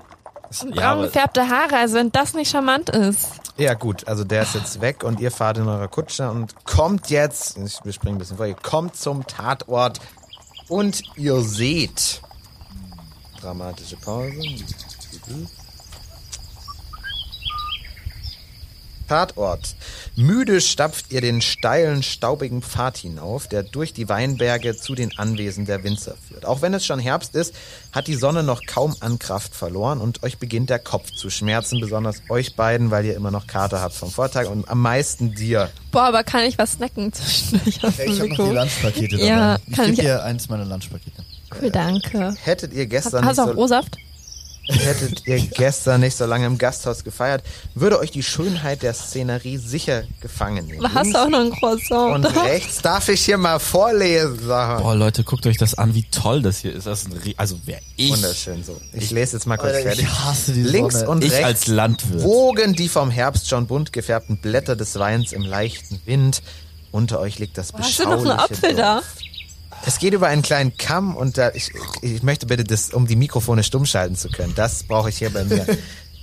[SPEAKER 3] Und
[SPEAKER 6] Ja,
[SPEAKER 3] braun
[SPEAKER 6] aber-
[SPEAKER 3] gefärbte Haare, also wenn das nicht charmant ist.
[SPEAKER 2] Ja gut, also der ist jetzt weg und ihr fahrt in eurer Kutsche und kommt jetzt, ich, wir springen ein bisschen vor, ihr kommt zum Tatort und ihr seht. Dramatische Pause. Tatort. Müde stapft ihr den steilen, staubigen Pfad hinauf, der durch die Weinberge zu den Anwesen der Winzer führt. Auch wenn es schon Herbst ist, hat die Sonne noch kaum an Kraft verloren und euch beginnt der Kopf zu schmerzen, besonders euch beiden, weil ihr immer noch Kater habt vom Vortag und am meisten dir.
[SPEAKER 3] Boah, aber kann ich was snacken zwischendurch auf
[SPEAKER 5] Ey, ich
[SPEAKER 3] dem
[SPEAKER 5] habe noch die
[SPEAKER 3] Mikro?
[SPEAKER 5] Lunchpakete dabei.
[SPEAKER 3] Ja,
[SPEAKER 5] ich
[SPEAKER 3] kann
[SPEAKER 5] gebe
[SPEAKER 3] ich-
[SPEAKER 5] dir eins meiner Lunchpakete.
[SPEAKER 3] Cool, danke.
[SPEAKER 2] Hättet ihr
[SPEAKER 3] Hast,
[SPEAKER 2] gestern
[SPEAKER 3] hast du auch
[SPEAKER 2] nicht so,
[SPEAKER 3] Rohsaft?
[SPEAKER 2] hättet ihr gestern nicht so lange im Gasthaus gefeiert, würde euch die Schönheit der Szenerie sicher gefangen nehmen.
[SPEAKER 3] Hast du auch noch ein
[SPEAKER 2] und
[SPEAKER 3] Croissant?
[SPEAKER 2] rechts darf ich hier mal vorlesen.
[SPEAKER 6] Boah, Leute, guckt euch das an, wie toll das hier ist. Das ist ein, Rie- also wer ich,
[SPEAKER 2] Wunderschön so. Ich lese jetzt mal kurz
[SPEAKER 5] Alter,
[SPEAKER 2] fertig.
[SPEAKER 5] ich hasse die
[SPEAKER 2] Links
[SPEAKER 5] Sonne.
[SPEAKER 2] und
[SPEAKER 6] ich
[SPEAKER 2] rechts
[SPEAKER 6] als Landwirt.
[SPEAKER 2] wogen die vom Herbst schon bunt gefärbten Blätter des Weins im leichten Wind. Unter euch liegt das
[SPEAKER 3] Oh, Hast
[SPEAKER 2] beschauliche
[SPEAKER 3] du noch einen Apfel
[SPEAKER 2] Dorf.
[SPEAKER 3] da?
[SPEAKER 2] Es geht über einen kleinen Kamm und da, ich, ich möchte bitte das, um die Mikrofone stumm schalten zu können. Das brauche ich hier bei mir.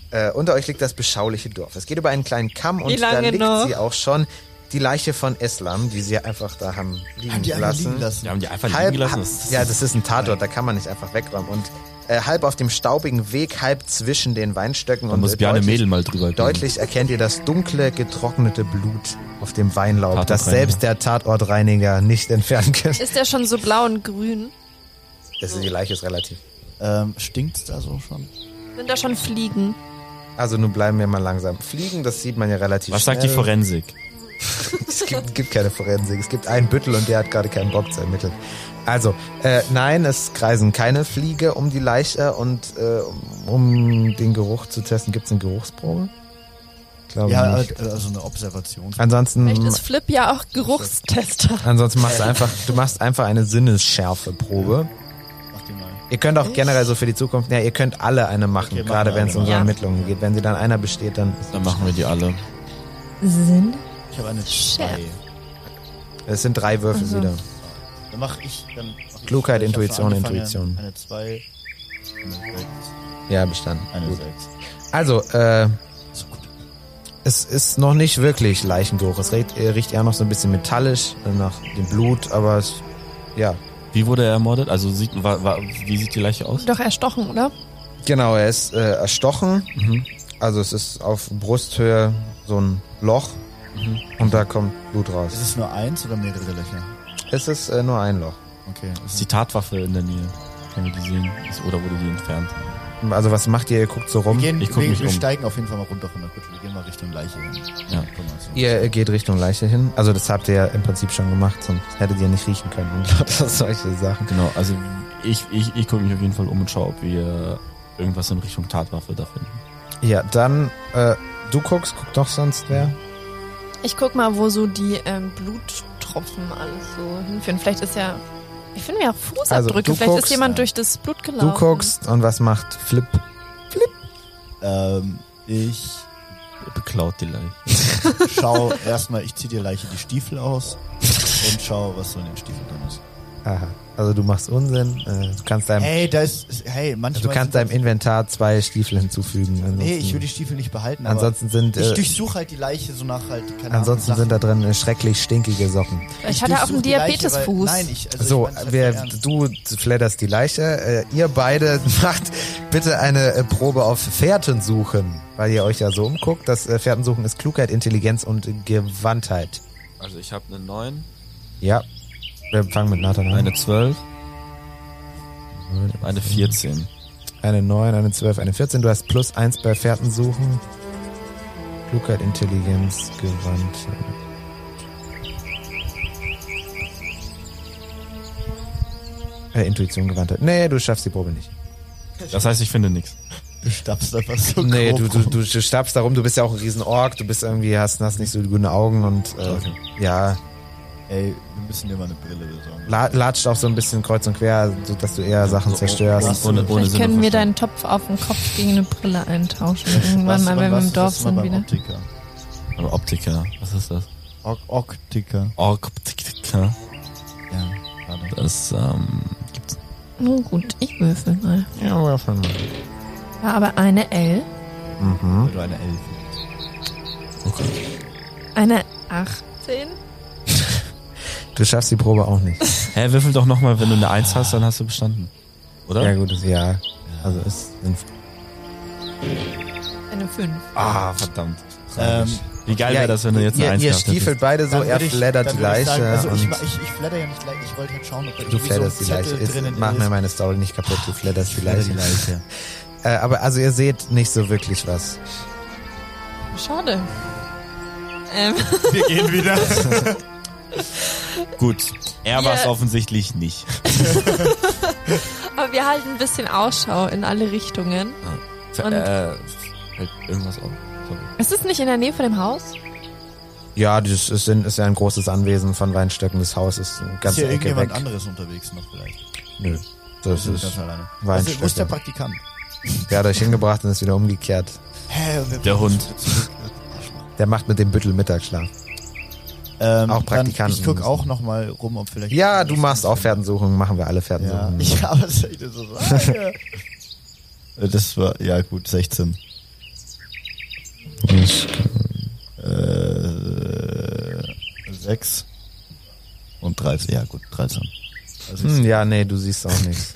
[SPEAKER 2] äh, unter euch liegt das beschauliche Dorf. Es geht über einen kleinen Kamm
[SPEAKER 3] Wie
[SPEAKER 2] und da
[SPEAKER 3] lange
[SPEAKER 2] liegt
[SPEAKER 3] noch?
[SPEAKER 2] sie auch schon. Die Leiche von Islam, die sie einfach da haben liegen
[SPEAKER 5] Die einfach
[SPEAKER 2] lassen.
[SPEAKER 5] liegen lassen.
[SPEAKER 6] Wir haben die einfach liegen
[SPEAKER 2] halb,
[SPEAKER 6] gelassen.
[SPEAKER 2] halb,
[SPEAKER 6] Das ist-
[SPEAKER 2] ja, das ist ein Tatort, da kann man nicht einfach wegräumen. Und äh, halb auf dem staubigen Weg, halb zwischen den Weinstöcken. und
[SPEAKER 6] muss
[SPEAKER 2] äh,
[SPEAKER 6] Bjarne
[SPEAKER 2] deutlich-
[SPEAKER 6] Mädel mal drüber gehen.
[SPEAKER 2] Deutlich erkennt ihr das dunkle, getrocknete Blut auf dem Weinlaub, das
[SPEAKER 6] Tatortreiniger.
[SPEAKER 2] selbst der Tatortreiniger nicht entfernen kann.
[SPEAKER 3] Ist der schon so blau und grün?
[SPEAKER 2] Das ist, die Leiche ist relativ.
[SPEAKER 5] Ähm, stinkt's da so schon?
[SPEAKER 3] Sind da schon Fliegen?
[SPEAKER 2] Also nun bleiben wir mal langsam. Fliegen, das sieht man ja relativ
[SPEAKER 6] Was
[SPEAKER 2] schnell.
[SPEAKER 6] sagt die Forensik?
[SPEAKER 2] Es gibt, gibt keine Forensik. Es gibt einen Büttel und der hat gerade keinen Bock zu ermitteln. Also, äh, nein, es kreisen keine Fliege um die Leiche und äh, um den Geruch zu testen, gibt es eine Geruchsprobe? Glaube
[SPEAKER 5] Ja,
[SPEAKER 2] nicht.
[SPEAKER 5] also eine Observation.
[SPEAKER 3] Vielleicht
[SPEAKER 2] Ansonsten,
[SPEAKER 3] ist Äh. Flip ja auch Geruchstester.
[SPEAKER 2] ansonsten machst du einfach, du machst einfach eine Sinnesschärfeprobe.
[SPEAKER 5] Mach dir mal.
[SPEAKER 2] Ihr könnt auch generell so für die Zukunft, ja, ihr könnt alle eine machen,
[SPEAKER 5] Okay, machen
[SPEAKER 2] gerade
[SPEAKER 5] wir
[SPEAKER 2] wenn es
[SPEAKER 5] alle
[SPEAKER 2] um so
[SPEAKER 3] mal.
[SPEAKER 2] Ermittlungen geht. Wenn sie dann einer besteht, dann
[SPEAKER 6] Dann machen wir die alle.
[SPEAKER 3] Sind?
[SPEAKER 5] Ich habe eine zwei.
[SPEAKER 2] es sind drei Würfel
[SPEAKER 3] Also.
[SPEAKER 2] wieder.
[SPEAKER 5] Dann mach ich dann. Mach ich-
[SPEAKER 2] Klugheit,
[SPEAKER 5] ich hab schon
[SPEAKER 2] Intuition,
[SPEAKER 5] angefangen,
[SPEAKER 2] Intuition.
[SPEAKER 5] Eine zwei. Eine sechs.
[SPEAKER 2] Ja, bestanden.
[SPEAKER 5] Eine
[SPEAKER 2] Gut.
[SPEAKER 5] sechs.
[SPEAKER 2] Also, äh,
[SPEAKER 5] So gut.
[SPEAKER 2] Es ist noch nicht wirklich Leichengeruch. Es riecht, äh, riecht eher noch so ein bisschen metallisch äh, nach dem Blut, aber es, ja.
[SPEAKER 6] Wie wurde er ermordet? Also sieht, wa- wa- wie sieht die Leiche aus?
[SPEAKER 3] Doch erstochen, oder?
[SPEAKER 2] Genau, er ist äh, erstochen.
[SPEAKER 6] Mhm.
[SPEAKER 2] Also es ist auf Brusthöhe so ein Loch
[SPEAKER 6] Mhm.
[SPEAKER 2] und da kommt Blut raus.
[SPEAKER 5] Ist es nur eins oder mehrere Löcher?
[SPEAKER 2] Es ist äh, nur ein Loch.
[SPEAKER 5] Okay. Also
[SPEAKER 6] Ist die Tatwaffe in der Nähe? Können wir die sehen? Ist- Oder wurde die entfernt?
[SPEAKER 2] Also was macht ihr? Ihr guckt so
[SPEAKER 5] Wir,
[SPEAKER 2] rum.
[SPEAKER 5] gehen,
[SPEAKER 6] Ich guck
[SPEAKER 5] wir,
[SPEAKER 6] mich
[SPEAKER 5] wir
[SPEAKER 6] um.
[SPEAKER 5] steigen auf jeden Fall mal runter von der Kutsche. Wir gehen mal Richtung Leiche hin.
[SPEAKER 6] Ja.
[SPEAKER 5] Guck mal so.
[SPEAKER 2] Ihr äh, geht Richtung Leiche hin. Also das habt ihr ja im Prinzip schon gemacht, sonst hättet ihr nicht riechen können und lauter solche Sachen.
[SPEAKER 6] Genau, also ich, ich, ich gucke mich auf jeden Fall um und schaue, ob wir irgendwas in Richtung Tatwaffe da finden.
[SPEAKER 2] Ja, dann äh, du guckst, guckt doch sonst wer.
[SPEAKER 3] Ich guck mal, wo so die ähm, Bluttropfen alles so hinführen. Vielleicht ist ja. Ich finde ja auch
[SPEAKER 2] Also,
[SPEAKER 3] Fußabdrücke.
[SPEAKER 2] du
[SPEAKER 3] Vielleicht
[SPEAKER 2] guckst,
[SPEAKER 3] ist jemand
[SPEAKER 5] ja.
[SPEAKER 3] durch das Blut gelaufen.
[SPEAKER 2] Du guckst und was macht Flip?
[SPEAKER 5] Ähm, ich
[SPEAKER 6] Beklaut die Leiche.
[SPEAKER 5] schau erstmal, ich zieh dir Leiche die Stiefel aus und schau, was so in den Stiefeln drin ist.
[SPEAKER 2] Aha. Also du machst Unsinn. Äh, du kannst deinem,
[SPEAKER 5] Hey, da ist, ist- hey, manchmal.
[SPEAKER 2] also du kannst deinem Inventar zwei Stiefel hinzufügen. Ansonsten,
[SPEAKER 5] Nee, ich will die Stiefel nicht behalten, aber
[SPEAKER 2] ansonsten sind
[SPEAKER 5] ich
[SPEAKER 2] äh,
[SPEAKER 5] durchsuche halt die Leiche so nach halt, keine
[SPEAKER 2] ansonsten
[SPEAKER 5] Ahnung,
[SPEAKER 2] sind da drin äh, schrecklich stinkige Socken.
[SPEAKER 3] Vielleicht hat er auch einen
[SPEAKER 5] durchsuch die Leiche,
[SPEAKER 3] Diabetesfuß.
[SPEAKER 5] weil- Nein, ich, also
[SPEAKER 2] So,
[SPEAKER 5] ich mein's halt voll
[SPEAKER 2] wer,
[SPEAKER 5] ernst.
[SPEAKER 2] du fledderst die Leiche. Äh, ihr beide macht bitte eine äh, Probe auf Fährtensuchen, weil ihr euch ja so umguckt. Das äh, Fährtensuchen ist Klugheit, Intelligenz und Gewandtheit.
[SPEAKER 6] Also ich habe eine 9,
[SPEAKER 2] Ja. Wir fangen mit Nathan an.
[SPEAKER 6] eine 12, eine 14.
[SPEAKER 2] Eine 9, eine 12, eine 14. Du hast plus 1 bei Fährtensuchen. Klugheit, Intelligenz, Gewandtheit. Äh, Intuition, Gewandtheit. Nee, du schaffst die Probe nicht.
[SPEAKER 6] Das heißt, ich finde nichts.
[SPEAKER 5] Du stapfst einfach so
[SPEAKER 2] Nee,
[SPEAKER 5] grob
[SPEAKER 2] du, du,
[SPEAKER 5] rum.
[SPEAKER 2] du, du stapfst darum, du bist ja auch ein Riesenorg, du bist irgendwie, hast, hast nicht so gute Augen und äh,
[SPEAKER 5] Okay.
[SPEAKER 2] ja,
[SPEAKER 5] Ey, wir müssen dir mal eine Brille besorgen.
[SPEAKER 2] la- latscht auch so ein bisschen kreuz und quer, sodass du eher Sachen zerstörst.
[SPEAKER 6] Ohne, ohne
[SPEAKER 3] Vielleicht
[SPEAKER 6] Sinn und
[SPEAKER 3] können wir
[SPEAKER 6] Verstand.
[SPEAKER 3] deinen Topf auf den Kopf gegen eine Brille eintauschen. Irgendwann mal,
[SPEAKER 5] wann
[SPEAKER 3] wenn wir
[SPEAKER 5] warst
[SPEAKER 3] im
[SPEAKER 5] du
[SPEAKER 3] Dorf
[SPEAKER 5] das letzte Mal
[SPEAKER 3] sind
[SPEAKER 5] beim
[SPEAKER 3] wieder.
[SPEAKER 5] Optiker.
[SPEAKER 6] Aber Optiker. Was ist das?
[SPEAKER 5] Ok Optiker.
[SPEAKER 6] Optiker.
[SPEAKER 5] Ja,
[SPEAKER 2] Hm?
[SPEAKER 5] gerade.
[SPEAKER 6] Das, ähm,
[SPEAKER 3] Nun gut, ich würfel mal.
[SPEAKER 2] Ja, ja, schon mal.
[SPEAKER 3] War aber eine L,
[SPEAKER 2] Mhm.
[SPEAKER 5] Weil du eine Elfe bist.
[SPEAKER 3] eine 18.
[SPEAKER 2] Du schaffst die Probe auch nicht.
[SPEAKER 6] hä, würfel doch nochmal, wenn du eine 1 hast, dann hast du bestanden. Oder?
[SPEAKER 2] Ja, gut, ist, ja. Also ist.
[SPEAKER 3] Eine 5.
[SPEAKER 6] Ah, verdammt.
[SPEAKER 5] Ähm,
[SPEAKER 6] Wie geil
[SPEAKER 2] ja,
[SPEAKER 6] wäre das, wenn du jetzt eine
[SPEAKER 2] ihr,
[SPEAKER 6] 1
[SPEAKER 2] ihr
[SPEAKER 6] gehabt hättest?
[SPEAKER 2] stiefelt beide so,
[SPEAKER 5] dann
[SPEAKER 2] er
[SPEAKER 5] würd ich-
[SPEAKER 2] flattert
[SPEAKER 5] dann
[SPEAKER 2] die
[SPEAKER 5] würd
[SPEAKER 2] Leiche
[SPEAKER 5] ich sagen, Also ich,
[SPEAKER 2] und
[SPEAKER 5] ma- ich, ich flatter ja nicht Leiche, ich wollte halt schauen, ob da
[SPEAKER 2] du
[SPEAKER 5] irgendwie so ein
[SPEAKER 2] flatterst die Leiche.
[SPEAKER 5] Zettel
[SPEAKER 2] Ist,
[SPEAKER 5] drinnen
[SPEAKER 2] mach
[SPEAKER 5] ist.
[SPEAKER 2] mir meine Story nicht kaputt, du flatterst die
[SPEAKER 5] Flatter
[SPEAKER 2] Leiche. Äh, aber also ihr seht nicht so wirklich was.
[SPEAKER 3] Schade. Ähm,
[SPEAKER 6] Wir gehen wieder. Gut, er
[SPEAKER 3] Wir-
[SPEAKER 6] war es offensichtlich nicht.
[SPEAKER 3] aber wir halten ein bisschen Ausschau in alle Richtungen. Und-
[SPEAKER 6] äh, fällt irgendwas auf?
[SPEAKER 3] Ist es nicht in der Nähe von dem Haus?
[SPEAKER 2] Ja, das ist, ein- ist ja ein großes Anwesen von Weinstöcken. Das Haus ist eine
[SPEAKER 5] Ist
[SPEAKER 2] ganze
[SPEAKER 5] hier
[SPEAKER 2] Ecke
[SPEAKER 5] irgendjemand
[SPEAKER 2] weg.
[SPEAKER 5] anderes unterwegs noch vielleicht?
[SPEAKER 2] Nö. Das
[SPEAKER 5] Wir sind
[SPEAKER 2] ist,
[SPEAKER 5] ganz alleine.
[SPEAKER 2] Weinstücke.
[SPEAKER 5] Also, wo ist der Praktikant?
[SPEAKER 2] der hat euch hingebracht und ist wieder umgekehrt.
[SPEAKER 5] Hä, wir-
[SPEAKER 6] Der Hund.
[SPEAKER 2] Der macht mit dem Büttel Mittagsschlaf.
[SPEAKER 5] Ähm,
[SPEAKER 2] Auch Praktikanten
[SPEAKER 5] Dann, ich guck
[SPEAKER 2] müssen.
[SPEAKER 5] auch nochmal rum, ob vielleicht.
[SPEAKER 2] Ja, du machst auch Pferdensuchungen, machen wir alle
[SPEAKER 5] Ja,
[SPEAKER 2] Pferdensuchungen.
[SPEAKER 5] ich habe das soll ich dir so sagen. Das war, ja gut, 16. Äh, 6 und 13. Ja gut, 13. Also
[SPEAKER 2] Hm, ja, nee, du siehst auch nichts.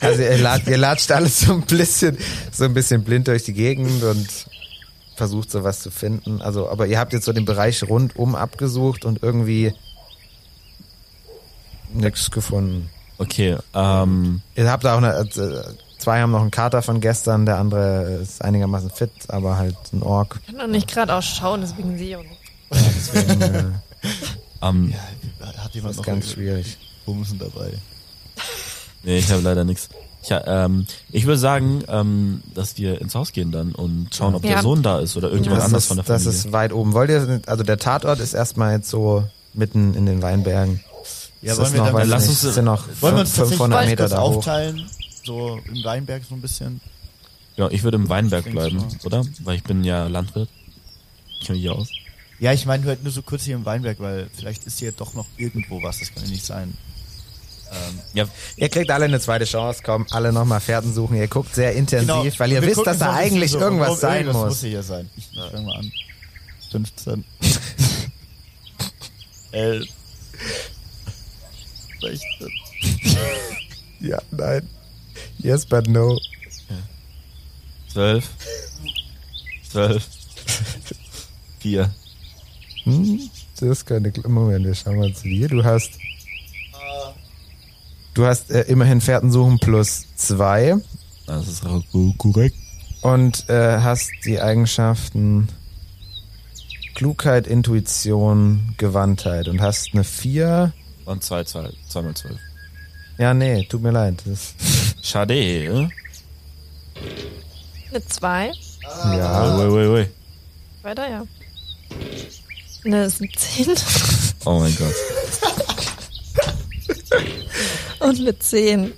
[SPEAKER 2] Also ihr, lat, ihr latscht alles so ein bisschen, so ein bisschen blind durch die Gegend und versucht sowas zu finden. Also, aber ihr habt jetzt so den Bereich rundum abgesucht und irgendwie nichts gefunden.
[SPEAKER 6] Okay, ähm,
[SPEAKER 2] Ihr habt da auch eine, äh, zwei haben noch einen Kater von gestern, der andere ist einigermaßen fit, aber halt ein Ork.
[SPEAKER 3] Ich kann doch nicht gerade ausschauen, deswegen sehe ich auch nicht.
[SPEAKER 2] Deswegen, äh,
[SPEAKER 6] ähm,
[SPEAKER 5] hat
[SPEAKER 2] das
[SPEAKER 5] jemand
[SPEAKER 2] ist
[SPEAKER 5] noch
[SPEAKER 2] ganz schwierig.
[SPEAKER 5] Bumsen dabei?
[SPEAKER 6] nee, ich habe leider nichts. Ich, ähm, ich würde sagen, ähm, dass wir ins Haus gehen dann und schauen, ob
[SPEAKER 3] Ja.
[SPEAKER 6] der Sohn da ist oder irgendjemand
[SPEAKER 2] Das
[SPEAKER 6] anders
[SPEAKER 2] ist,
[SPEAKER 6] von der
[SPEAKER 2] das
[SPEAKER 6] Familie.
[SPEAKER 2] ist weit oben. Wollt ihr, also der Tatort ist erstmal jetzt so mitten in den Weinbergen.
[SPEAKER 5] Ja,
[SPEAKER 2] Es
[SPEAKER 5] wollen
[SPEAKER 2] ist
[SPEAKER 5] wir
[SPEAKER 2] noch,
[SPEAKER 5] dann-
[SPEAKER 2] weiß
[SPEAKER 6] lass
[SPEAKER 2] nicht,
[SPEAKER 6] uns-
[SPEAKER 2] es sind noch
[SPEAKER 5] Wollen wir uns
[SPEAKER 2] 500
[SPEAKER 5] tatsächlich
[SPEAKER 2] Meter
[SPEAKER 5] kurz
[SPEAKER 2] da hoch.
[SPEAKER 5] aufteilen? So im Weinberg so ein bisschen.
[SPEAKER 6] ja, ich würde im Weinberg
[SPEAKER 5] Denkst
[SPEAKER 6] bleiben, oder? Weil ich bin ja Landwirt. Ich kenne mich ja aus.
[SPEAKER 5] Ja, ich meine halt nur so kurz hier im Weinberg, weil vielleicht ist hier doch noch irgendwo was, das kann ja nicht sein. Ähm,
[SPEAKER 2] Ihr kriegt alle eine zweite Chance, komm, alle nochmal Pferden suchen. Ihr guckt sehr intensiv,
[SPEAKER 5] Genau.
[SPEAKER 2] weil ihr
[SPEAKER 5] Wir
[SPEAKER 2] wisst,
[SPEAKER 5] gucken
[SPEAKER 2] dass da
[SPEAKER 5] so ein bisschen
[SPEAKER 2] eigentlich
[SPEAKER 5] so,
[SPEAKER 2] irgendwas
[SPEAKER 5] oh, ey,
[SPEAKER 2] sein
[SPEAKER 5] das muss
[SPEAKER 2] muss.
[SPEAKER 5] hier sein. Ich, ich fang mal an. 15. 11. 16.
[SPEAKER 2] Ja, nein. Yes, but no.
[SPEAKER 6] Zwölf. Zwölf. Vier.
[SPEAKER 2] Hm, das könnte, kl- Moment, wir schauen mal zu dir. Du hast, du hast äh, immerhin Pferden suchen plus zwei.
[SPEAKER 6] Das ist auch korrekt.
[SPEAKER 2] und äh, hast die Eigenschaften Klugheit, Intuition, Gewandtheit und hast eine 4.
[SPEAKER 6] Und zwei, zwei, zweimal zwölf.
[SPEAKER 2] Ja, nee, tut mir leid. Das,
[SPEAKER 6] Schade, eh?
[SPEAKER 3] Eine 2.
[SPEAKER 2] ja.
[SPEAKER 5] Ah,
[SPEAKER 2] Ah.
[SPEAKER 6] Ui, ui, ui.
[SPEAKER 3] Weiter, ja. Ne, das sind 10.
[SPEAKER 6] Oh mein Gott.
[SPEAKER 3] Und mit 10.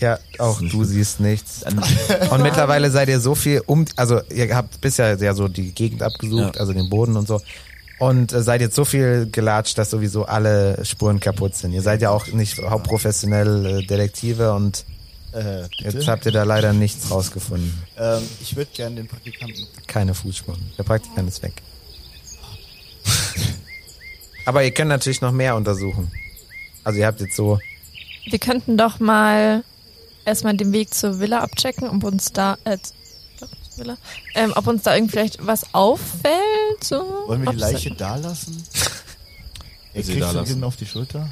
[SPEAKER 2] Ja, auch du siehst nichts. Und mittlerweile seid ihr so viel um, also ihr habt bisher ja so die Gegend abgesucht, also den Boden und so. Und äh, seid jetzt so viel gelatscht, dass sowieso alle Spuren kaputt sind. Ihr seid ja auch nicht hauptprofessionell äh, Detektive und
[SPEAKER 5] Äh, bitte?
[SPEAKER 2] jetzt habt ihr da leider nichts rausgefunden.
[SPEAKER 5] ähm, ich würde gerne den Praktikanten.
[SPEAKER 2] Keine Fußspuren. Der Praktikant ist weg. Aber ihr könnt natürlich noch mehr untersuchen. Also ihr habt jetzt so
[SPEAKER 3] Wir könnten doch mal erstmal den Weg zur Villa abchecken, ob uns da, äh, Villa, ähm, ob uns da irgendwie vielleicht was auffällt. So.
[SPEAKER 5] Wollen wir die
[SPEAKER 3] Ob's-
[SPEAKER 5] Leiche da lassen? Er
[SPEAKER 6] Sie
[SPEAKER 5] kriegt
[SPEAKER 6] da
[SPEAKER 5] sie
[SPEAKER 6] lassen.
[SPEAKER 5] hinten auf die Schulter.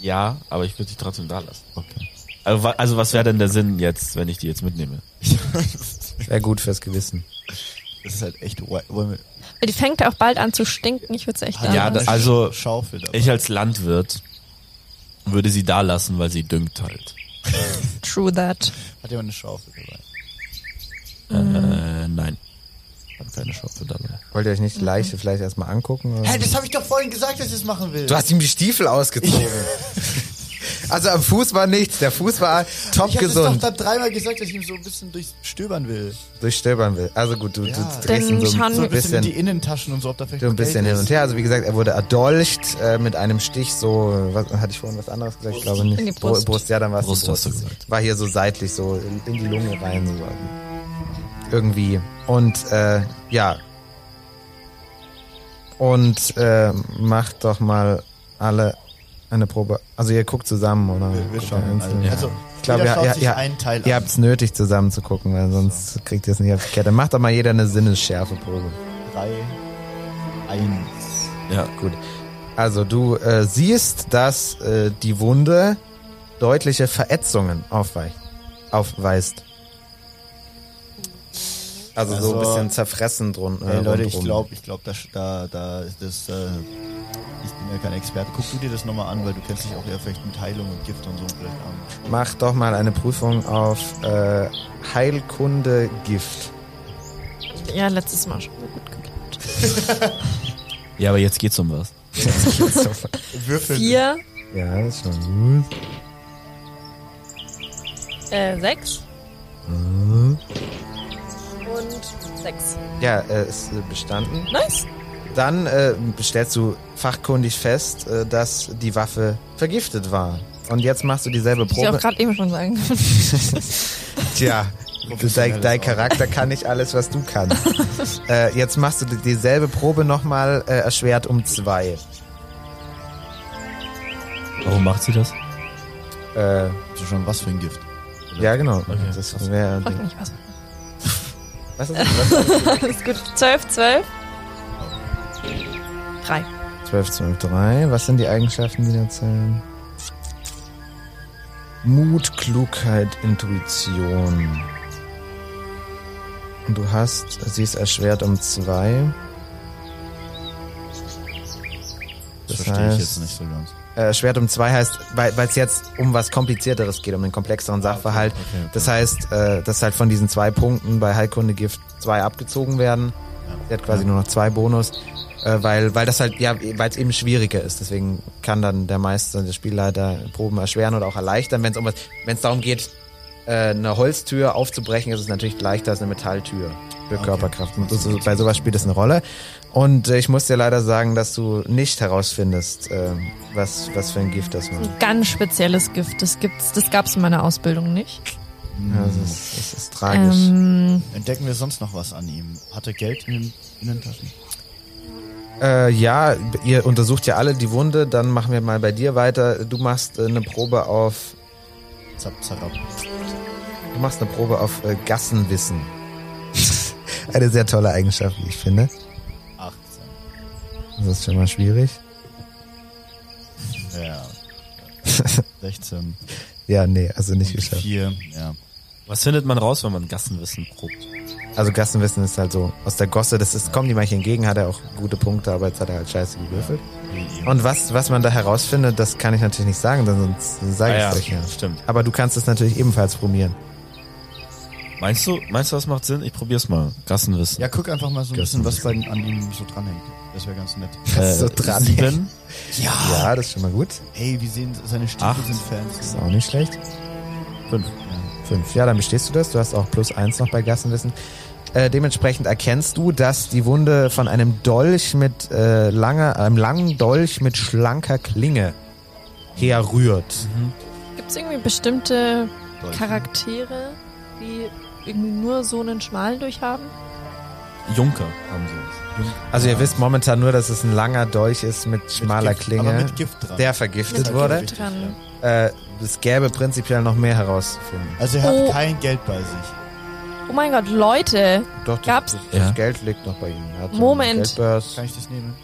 [SPEAKER 6] Ja, aber ich würde dich trotzdem da lassen.
[SPEAKER 5] Okay.
[SPEAKER 6] Also, wa- also was wäre denn der Sinn jetzt, wenn ich die jetzt mitnehme?
[SPEAKER 2] sehr gut fürs Gewissen.
[SPEAKER 5] Das ist halt echt. Wollen wir,
[SPEAKER 3] Die fängt ja auch bald an zu stinken. Ich würde es echt
[SPEAKER 5] Hat
[SPEAKER 6] Ja,
[SPEAKER 5] er
[SPEAKER 6] da-
[SPEAKER 5] eine
[SPEAKER 6] also-
[SPEAKER 5] Schaufel dabei?
[SPEAKER 6] Ich als Landwirt würde sie da lassen, weil sie düngt halt.
[SPEAKER 3] True that.
[SPEAKER 5] Hat jemand eine Schaufel dabei?
[SPEAKER 6] Äh, nein. Hat keine Schaufel dabei.
[SPEAKER 2] Wollt ihr euch nicht die Leiche vielleicht erstmal angucken? Oder?
[SPEAKER 5] Hä, das habe ich doch vorhin gesagt, dass ich das machen will.
[SPEAKER 2] Du hast ihm die Stiefel ausgezogen. also am Fuß war nichts. Der Fuß war top
[SPEAKER 5] ich habe doch
[SPEAKER 2] gesund.
[SPEAKER 5] da dreimal gesagt, dass ich ihm so ein bisschen durchstöbern will.
[SPEAKER 2] Durchstöbern will. Also gut, du,
[SPEAKER 5] Ja.
[SPEAKER 2] du drehst ihn so,
[SPEAKER 3] Dann
[SPEAKER 2] so
[SPEAKER 5] So
[SPEAKER 2] ein
[SPEAKER 5] ein bisschen in
[SPEAKER 2] bisschen,
[SPEAKER 5] die Innentaschen und so, ob da vielleicht
[SPEAKER 2] so ein
[SPEAKER 5] noch Geld
[SPEAKER 2] bisschen hin
[SPEAKER 5] ist.
[SPEAKER 2] und her. Also wie gesagt, er wurde erdolcht äh, mit einem Stich. So, was, hatte ich vorhin was anderes gesagt? Ich glaube nicht.
[SPEAKER 3] In die
[SPEAKER 2] Bru-
[SPEAKER 3] Brust.
[SPEAKER 2] ja, dann war es die
[SPEAKER 6] Brust hast du gesagt.
[SPEAKER 2] War hier so seitlich, so in, in die Lunge rein. So. Irgendwie. Und äh, ja. Und äh, macht doch mal alle eine Probe. Also ihr guckt zusammen, oder?
[SPEAKER 5] Wir, wir
[SPEAKER 2] Guckt
[SPEAKER 5] schauen
[SPEAKER 2] einzeln.
[SPEAKER 5] mal. Also,
[SPEAKER 2] Ich glaube,
[SPEAKER 5] jeder
[SPEAKER 2] ja,
[SPEAKER 5] schaut
[SPEAKER 2] ja,
[SPEAKER 5] sich
[SPEAKER 2] ja,
[SPEAKER 5] einen Teil
[SPEAKER 2] ihr
[SPEAKER 5] an.
[SPEAKER 2] habt es nötig, zusammen zu gucken, weil sonst kriegt ihr es nicht auf die Kette. Macht doch mal jeder eine Sinnesschärfeprobe.
[SPEAKER 5] Drei, eins.
[SPEAKER 6] Ja, gut.
[SPEAKER 2] Also du äh, siehst, dass äh, die Wunde deutliche Verätzungen aufweicht, aufweist. Also, so ein
[SPEAKER 5] Also,
[SPEAKER 2] bisschen zerfressen äh, drunter.
[SPEAKER 5] Ey, Leute, ich glaube, ich glaube, da, da, da ist das. Äh, ich bin ja kein Experte. Guck du dir das nochmal an, weil du kennst dich auch eher vielleicht mit Heilung und Gift und so vielleicht an.
[SPEAKER 2] Mach doch mal eine Prüfung auf äh, Heilkunde Gift.
[SPEAKER 3] Ja, letztes Mal schon so gut geklappt.
[SPEAKER 6] Ja, aber jetzt geht's um was.
[SPEAKER 5] Würfel.
[SPEAKER 3] Vier,
[SPEAKER 2] ja, ist schon hm. gut.
[SPEAKER 3] äh, sechs. Und sechs.
[SPEAKER 2] Ja, äh, ist äh, bestanden.
[SPEAKER 3] Nice.
[SPEAKER 2] Dann äh, stellst du fachkundig fest, äh, dass die Waffe vergiftet war. Und jetzt machst du dieselbe
[SPEAKER 3] Ich auch
[SPEAKER 2] Probe.
[SPEAKER 3] gerade eben schon sagen.
[SPEAKER 2] Tja, dein, dein Charakter kann nicht alles, was du kannst. äh, jetzt machst du die- dieselbe Probe nochmal äh, erschwert um zwei.
[SPEAKER 6] Warum macht sie das?
[SPEAKER 2] Äh,
[SPEAKER 5] Weißt du schon, was für ein Gift?
[SPEAKER 2] ja, genau. Das wär,
[SPEAKER 3] Frag mich was.
[SPEAKER 2] was ist das?
[SPEAKER 3] Alles gut. Zwölf, zwölf. Drei.
[SPEAKER 2] 12, 12, 3. Was sind die Eigenschaften, die da zählen? Mut, Klugheit, Intuition. Und Du hast, sie ist erschwert um zwei.
[SPEAKER 5] Das,
[SPEAKER 2] Das
[SPEAKER 5] verstehe
[SPEAKER 2] heißt-
[SPEAKER 5] ich jetzt nicht so ganz.
[SPEAKER 2] Äh, Schwert um zwei heißt, weil es jetzt um was Komplizierteres geht, um einen komplexeren Sachverhalt. Das heißt, äh, dass halt von diesen zwei Punkten bei Heilkunde Gift zwei abgezogen werden. Sie hat quasi nur noch zwei Bonus, äh, weil, weil das halt, ja, weil es eben schwieriger ist. Deswegen kann dann der Meister, der Spielleiter Proben erschweren oder auch erleichtern. Wenn es um was, wenn es darum geht, äh, eine Holztür aufzubrechen, ist es natürlich leichter als eine Metalltür für Körperkraft. Und das, ist- bei sowas spielt es eine Rolle. Und äh, ich muss dir leider sagen, dass du nicht herausfindest, äh, was, was für ein Gift das war.
[SPEAKER 3] Ein ganz spezielles Gift. Das gibt's, das gab's in meiner Ausbildung nicht.
[SPEAKER 2] Ja, das, Also, ist, das ist tragisch.
[SPEAKER 3] Ähm,
[SPEAKER 5] Entdecken wir sonst noch was an ihm? Hat er Geld in den Innentaschen?
[SPEAKER 2] Äh, ja, ihr untersucht ja alle die Wunde, dann machen wir mal bei dir weiter. Du machst äh, eine Probe auf
[SPEAKER 5] Zap, zap, ab.
[SPEAKER 2] du machst eine Probe auf äh, Gassenwissen. eine sehr tolle Eigenschaft, wie ich finde.
[SPEAKER 5] 18.
[SPEAKER 2] Das ist schon mal schwierig.
[SPEAKER 5] Ja. 16.
[SPEAKER 2] Ja, nee, also nicht
[SPEAKER 5] und
[SPEAKER 2] geschafft.
[SPEAKER 5] 4. Ja.
[SPEAKER 6] Was findet man raus, wenn man Gassenwissen probt?
[SPEAKER 2] Also Gassenwissen ist halt so aus der Gosse, das ist, kommen die manche entgegen, hat er auch gute Punkte, aber jetzt hat er halt scheiße gewürfelt. Und was, was man da herausfindet, das kann ich natürlich nicht sagen, denn sonst sage ich es euch Ah, ja.
[SPEAKER 6] Ah, stimmt.
[SPEAKER 2] Aber du kannst es natürlich ebenfalls probieren.
[SPEAKER 6] Meinst du, meinst du, das macht Sinn? Ich probier's mal. Gassenwissen.
[SPEAKER 5] Ja, guck einfach mal so ein bisschen, was bei, an ihm so dranhängt. Das wäre ganz nett.
[SPEAKER 6] Äh,
[SPEAKER 2] so dran.
[SPEAKER 6] Sieben.
[SPEAKER 2] Ja, das ist schon mal gut.
[SPEAKER 5] Hey, wir sehen, seine Stiefel
[SPEAKER 6] Acht.
[SPEAKER 5] sind Fans.
[SPEAKER 2] Ist auch nicht schlecht. Fünf. Fünf. Ja, dann bestehst du das. Du hast auch plus eins noch bei Gassenwissen. Äh, dementsprechend erkennst du, dass die Wunde von einem Dolch mit äh, langer, einem langen Dolch mit schlanker Klinge herrührt.
[SPEAKER 3] Gibt es irgendwie bestimmte Charaktere, die irgendwie nur so einen schmalen durchhaben?
[SPEAKER 6] Junker haben sie. Junker.
[SPEAKER 2] Also ihr wisst momentan nur, dass es ein langer Dolch ist mit schmaler
[SPEAKER 5] Gift,
[SPEAKER 2] Klinge,
[SPEAKER 5] Aber mit Gift dran.
[SPEAKER 2] der
[SPEAKER 3] Mit
[SPEAKER 2] vergiftet
[SPEAKER 3] Gift
[SPEAKER 2] wurde.
[SPEAKER 5] Richtig,
[SPEAKER 3] dran.
[SPEAKER 5] ja.
[SPEAKER 2] Äh, es gäbe prinzipiell noch mehr herauszufinden.
[SPEAKER 5] Also er hat
[SPEAKER 3] Oh.
[SPEAKER 5] kein Geld bei sich.
[SPEAKER 3] Oh mein Gott, Leute,
[SPEAKER 2] Doch, das,
[SPEAKER 3] Gab's-
[SPEAKER 2] das,
[SPEAKER 6] Ja.
[SPEAKER 2] das Geld liegt noch bei ihm. Er hat so eine
[SPEAKER 3] Moment.
[SPEAKER 2] Geldbörse.
[SPEAKER 5] Kann ich das nehmen?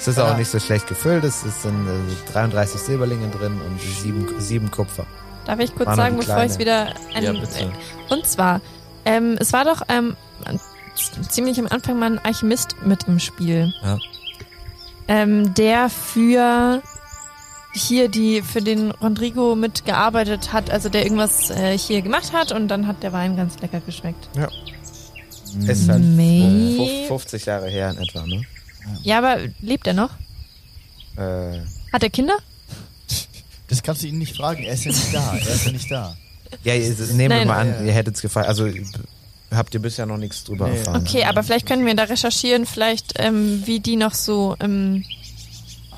[SPEAKER 2] Es ist auch nicht so schlecht gefüllt. Es ist sind äh, 33 Silberlinge drin und sieben, sieben Kupfer.
[SPEAKER 3] darf ich kurz
[SPEAKER 2] War noch
[SPEAKER 3] sagen,
[SPEAKER 2] die
[SPEAKER 3] bevor ich es wieder...
[SPEAKER 6] Ja,
[SPEAKER 3] ein-
[SPEAKER 6] bitte.
[SPEAKER 3] Und zwar, ähm, es war doch ähm, an- ziemlich am Anfang mal ein Alchemist mit im Spiel.
[SPEAKER 6] Ja.
[SPEAKER 3] Ähm, der für hier die für den Rodrigo mitgearbeitet hat, also der irgendwas äh, hier gemacht hat und dann hat der Wein ganz lecker geschmeckt.
[SPEAKER 2] Ist halt äh,
[SPEAKER 3] Maybe.
[SPEAKER 2] fuf- 50 Jahre her in etwa, ne?
[SPEAKER 3] Ja, aber lebt er noch?
[SPEAKER 2] Äh,
[SPEAKER 3] Hat er Kinder?
[SPEAKER 5] Das kannst du ihn nicht fragen. Er ist ja nicht da. Er ist ja nicht da.
[SPEAKER 2] ja, ihr- nehmen wir
[SPEAKER 3] Nein.
[SPEAKER 2] mal an, ihr hättet's gefallen. Also b- habt ihr bisher noch nichts drüber
[SPEAKER 5] Nee.
[SPEAKER 2] erfahren.
[SPEAKER 3] Okay, aber vielleicht können wir da recherchieren, vielleicht ähm, wie die noch so ähm,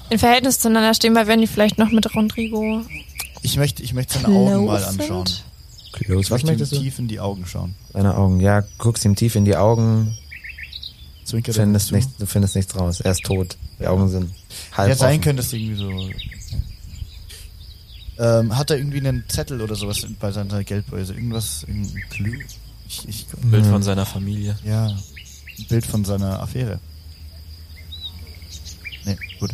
[SPEAKER 3] in Verhältnis zueinander stehen, weil wenn die vielleicht noch mit Rodrigo
[SPEAKER 5] Ich möchte, ich möchte seine
[SPEAKER 3] close
[SPEAKER 5] Augen mal
[SPEAKER 3] sind.
[SPEAKER 5] anschauen.
[SPEAKER 2] Close. Was
[SPEAKER 5] ich möchte
[SPEAKER 2] möchtest
[SPEAKER 5] ihm
[SPEAKER 2] du?
[SPEAKER 5] tief in die Augen schauen.
[SPEAKER 2] Deine Augen. Ja, guckst ihm tief in die Augen,
[SPEAKER 5] Zwinkert er
[SPEAKER 2] findest
[SPEAKER 5] zu?
[SPEAKER 2] nichts, du findest nichts raus. Er ist tot. Die Augen sind halb
[SPEAKER 5] Ja, sein
[SPEAKER 2] offen.
[SPEAKER 5] könnte es irgendwie so. Ähm, hat er irgendwie einen Zettel oder sowas in- bei seiner Geldbörse? Irgendwas, irgendein Clou? Ich, ich,
[SPEAKER 6] Bild von seiner Familie.
[SPEAKER 5] ja, ein Bild von seiner Affäre. Nee, gut.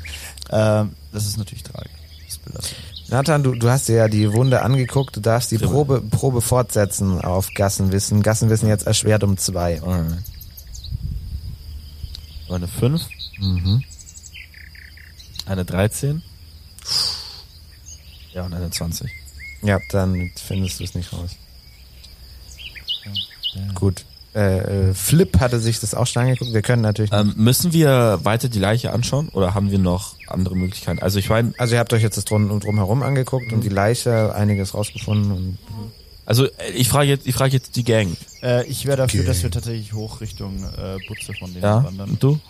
[SPEAKER 5] Ähm, das ist natürlich tragisch. Das ist belastend.
[SPEAKER 2] Nathan, du, du hast dir ja die Wunde angeguckt. Du darfst die Probe, Probe fortsetzen auf Gassenwissen. Gassenwissen jetzt erschwert um zwei.
[SPEAKER 6] Alright. War Eine 5. Mhm. Eine 13. Ja, und eine 20.
[SPEAKER 2] Ja, dann findest du es nicht raus. Gut. Äh, äh, Flip hatte sich das auch schon angeguckt. Wir können natürlich.
[SPEAKER 6] Ähm, müssen wir weiter die Leiche anschauen oder haben wir noch andere Möglichkeiten? Also ich meine,
[SPEAKER 2] Also ihr habt euch jetzt das drum, drumherum angeguckt und die Leiche einiges rausgefunden. Und
[SPEAKER 6] also äh, ich frage jetzt, ich frage jetzt die Gang.
[SPEAKER 5] Äh, ich wäre dafür, dass wir tatsächlich hoch Richtung äh, Butze von denen
[SPEAKER 6] Ja.
[SPEAKER 5] wandern.
[SPEAKER 6] Und du?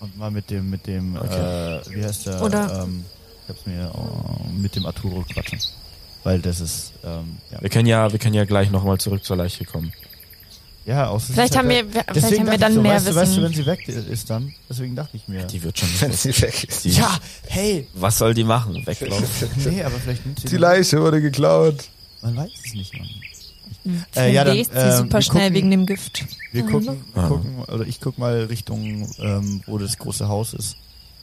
[SPEAKER 5] Und mal mit dem, mit dem, äh, wie heißt der?
[SPEAKER 3] Oder-
[SPEAKER 5] Ähm, ich hab's mir äh, mit dem Arturo quatschen. Weil das ist, ähm, ja.
[SPEAKER 6] Wir können ja, wir können ja gleich nochmal zurück zur Leiche kommen.
[SPEAKER 5] ja aus
[SPEAKER 3] vielleicht haben wir vielleicht haben wir dann
[SPEAKER 5] so,
[SPEAKER 3] mehr
[SPEAKER 5] weißt
[SPEAKER 3] Wissen.
[SPEAKER 5] Du, weißt du, wenn sie weg ist dann, deswegen dachte ich mir.
[SPEAKER 6] Die wird schon.
[SPEAKER 2] wenn sie weg ist.
[SPEAKER 6] Die,
[SPEAKER 5] Ja, hey!
[SPEAKER 6] Was soll die machen? Weglaufen?
[SPEAKER 5] Nee, aber vielleicht nimmt sie
[SPEAKER 2] Die Leiche wurde geklaut.
[SPEAKER 5] Man weiß es nicht. Mann.
[SPEAKER 3] Äh,
[SPEAKER 5] ja, dann,
[SPEAKER 3] sie
[SPEAKER 5] ähm,
[SPEAKER 3] super
[SPEAKER 5] wir
[SPEAKER 3] schnell
[SPEAKER 5] gucken-
[SPEAKER 3] wegen dem Gift.
[SPEAKER 5] Wir gucken, wir
[SPEAKER 6] Ah.
[SPEAKER 5] gucken, oder ich guck mal Richtung, ähm, wo das große Haus ist.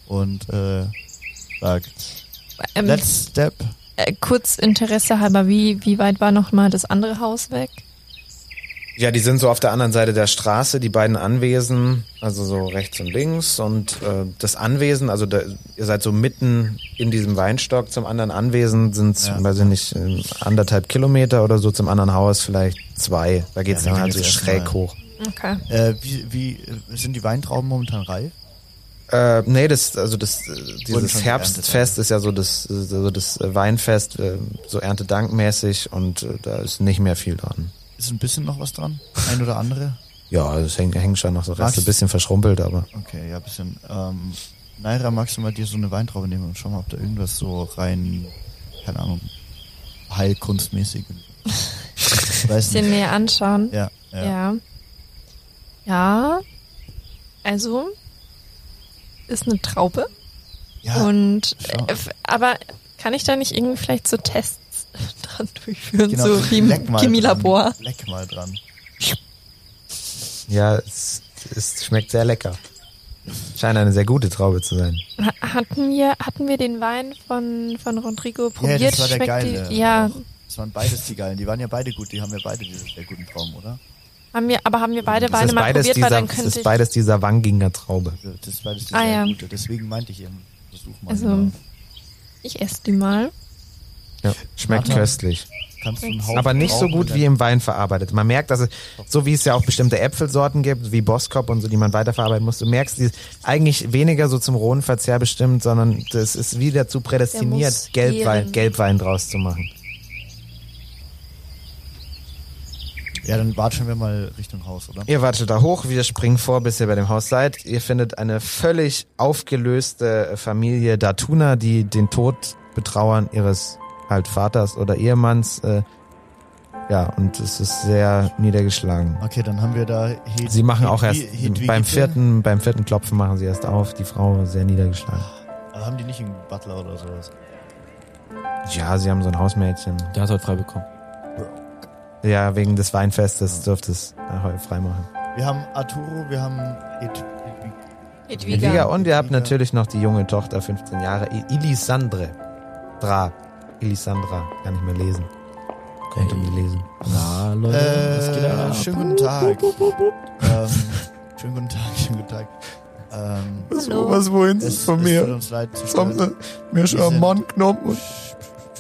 [SPEAKER 5] Und, äh, sag,
[SPEAKER 3] Ähm,
[SPEAKER 5] let's step.
[SPEAKER 3] äh, kurz Interesse halber, wie, wie weit war noch mal das andere Haus weg?
[SPEAKER 2] Ja, die sind so auf der anderen Seite der Straße, die beiden Anwesen, also so rechts und links. Und äh, das Anwesen, also da, ihr seid so mitten in diesem Weinstock zum anderen Anwesen, sind
[SPEAKER 5] Ja.
[SPEAKER 2] weiß ich nicht, äh, anderthalb Kilometer oder so, zum anderen Haus vielleicht zwei. Da geht's
[SPEAKER 5] Ja, wir
[SPEAKER 2] dann
[SPEAKER 5] gehen
[SPEAKER 2] halt so
[SPEAKER 5] jetzt
[SPEAKER 2] schräg
[SPEAKER 5] erstmal-
[SPEAKER 2] hoch.
[SPEAKER 3] Okay.
[SPEAKER 5] Äh, wie, wie, äh, sind die Weintrauben momentan reif?
[SPEAKER 2] Äh, nee, das, also das, äh,
[SPEAKER 5] Wurden
[SPEAKER 2] dieses
[SPEAKER 5] schon
[SPEAKER 2] Herbstfest ist ja so das, äh, so das äh, Weinfest, äh, so erntedankmäßig und äh, da ist nicht mehr viel dran.
[SPEAKER 5] Ist ein bisschen noch was dran? Ein oder andere?
[SPEAKER 2] Ja, also es hängt, hängt schon noch so Reste,
[SPEAKER 5] Magst-
[SPEAKER 2] ein bisschen verschrumpelt, aber.
[SPEAKER 5] Okay, ja, ein bisschen. Ähm, Naira, magst du mal dir so eine Weintraube nehmen und schau mal, ob da irgendwas so rein, keine Ahnung, heilkunstmäßig. Weiß
[SPEAKER 3] Bisschen
[SPEAKER 5] nicht.
[SPEAKER 3] näher anschauen.
[SPEAKER 5] Ja, ja.
[SPEAKER 3] Ja. ja. Ja. Also, ist eine Traube.
[SPEAKER 5] Ja,
[SPEAKER 3] und,
[SPEAKER 5] schau.
[SPEAKER 3] äh, f- aber kann ich da nicht irgendwie vielleicht so Tests dran durchführen?
[SPEAKER 5] Genau,
[SPEAKER 3] so wie im
[SPEAKER 5] leck mal
[SPEAKER 3] Chemielabor.
[SPEAKER 5] Dran, leck mal dran.
[SPEAKER 2] Ja, es, es schmeckt sehr lecker. Scheint eine sehr gute Traube zu sein.
[SPEAKER 3] Ha- Hatten wir, hatten wir den Wein von, von Rodrigo probiert?
[SPEAKER 5] ja, das war der
[SPEAKER 3] Schmeckt die-
[SPEAKER 5] geile.
[SPEAKER 3] ja,
[SPEAKER 5] auch. Das waren beides die geilen. Die waren ja beide gut. Die haben ja beide diesen sehr guten Traum, oder?
[SPEAKER 3] haben wir, aber haben wir beide
[SPEAKER 2] Es
[SPEAKER 3] Weine
[SPEAKER 2] ist
[SPEAKER 3] mal
[SPEAKER 2] beides
[SPEAKER 3] probiert, weil
[SPEAKER 2] dieser,
[SPEAKER 3] dann
[SPEAKER 2] es
[SPEAKER 3] könnte
[SPEAKER 2] ist
[SPEAKER 3] ich
[SPEAKER 2] beides dieser Wanginger Traube.
[SPEAKER 5] Das ist beides die
[SPEAKER 3] Ah,
[SPEAKER 5] sehr
[SPEAKER 3] ja.
[SPEAKER 5] genau. gute. Deswegen meinte ich eben, versuch mal.
[SPEAKER 3] Also-
[SPEAKER 5] mal.
[SPEAKER 3] Ich esse die mal.
[SPEAKER 2] Ja. Schmeckt
[SPEAKER 5] Nathan.
[SPEAKER 2] köstlich.
[SPEAKER 5] Kannst du einen Hauch
[SPEAKER 2] Aber nicht so
[SPEAKER 5] brauchen,
[SPEAKER 2] gut
[SPEAKER 5] wenn
[SPEAKER 2] wie im Wein verarbeitet. Man merkt, dass es, so wie es ja auch bestimmte Äpfelsorten gibt, wie Boskop und so, die man weiterverarbeiten muss, du merkst, die ist eigentlich weniger so zum rohen Verzehr bestimmt, sondern das ist wie dazu
[SPEAKER 3] Der
[SPEAKER 2] prädestiniert,
[SPEAKER 3] muss
[SPEAKER 2] Gelbwein,
[SPEAKER 3] gären.
[SPEAKER 2] Gelbwein draus zu machen.
[SPEAKER 5] Ja, dann watschen wir mal Richtung Haus, oder?
[SPEAKER 2] Ihr wartet da hoch, wir springen vor, bis ihr bei dem Haus seid. Ihr findet eine völlig aufgelöste Familie Datuna, die den Tod betrauern ihres halt Vaters oder Ehemanns. Äh, ja, und es ist sehr niedergeschlagen.
[SPEAKER 5] Okay, dann haben wir da Hed
[SPEAKER 2] Sie machen auch erst
[SPEAKER 5] Hedwi- Hedwigite.
[SPEAKER 2] beim vierten, beim vierten Klopfen machen sie erst auf. Die Frau sehr niedergeschlagen.
[SPEAKER 5] Aber haben die nicht einen Butler oder sowas?
[SPEAKER 2] Ja, sie haben so ein Hausmädchen.
[SPEAKER 6] Der hat heute frei bekommen.
[SPEAKER 2] Ja, wegen des Weinfestes dürfte es äh, nachher freimachen.
[SPEAKER 5] Wir haben Arturo, wir haben Hed Hedwig.
[SPEAKER 3] Hedwiga.
[SPEAKER 2] Liga. Und ihr habt
[SPEAKER 5] Liga.
[SPEAKER 2] natürlich noch die junge Tochter, 15 Jahre, I- Elisandre. Dra. Elisandra. Kann ich mehr lesen. Konnte nie lesen.
[SPEAKER 6] Na, Leute, was geht
[SPEAKER 5] Äh,
[SPEAKER 6] ab?
[SPEAKER 5] schönen guten Tag. Ähm, schönen guten Tag, schönen guten Tag. Ähm,
[SPEAKER 3] Hallo.
[SPEAKER 8] wollen
[SPEAKER 5] es, es tut uns leid zu stören.
[SPEAKER 8] mir
[SPEAKER 5] schon am Mann
[SPEAKER 8] genommen und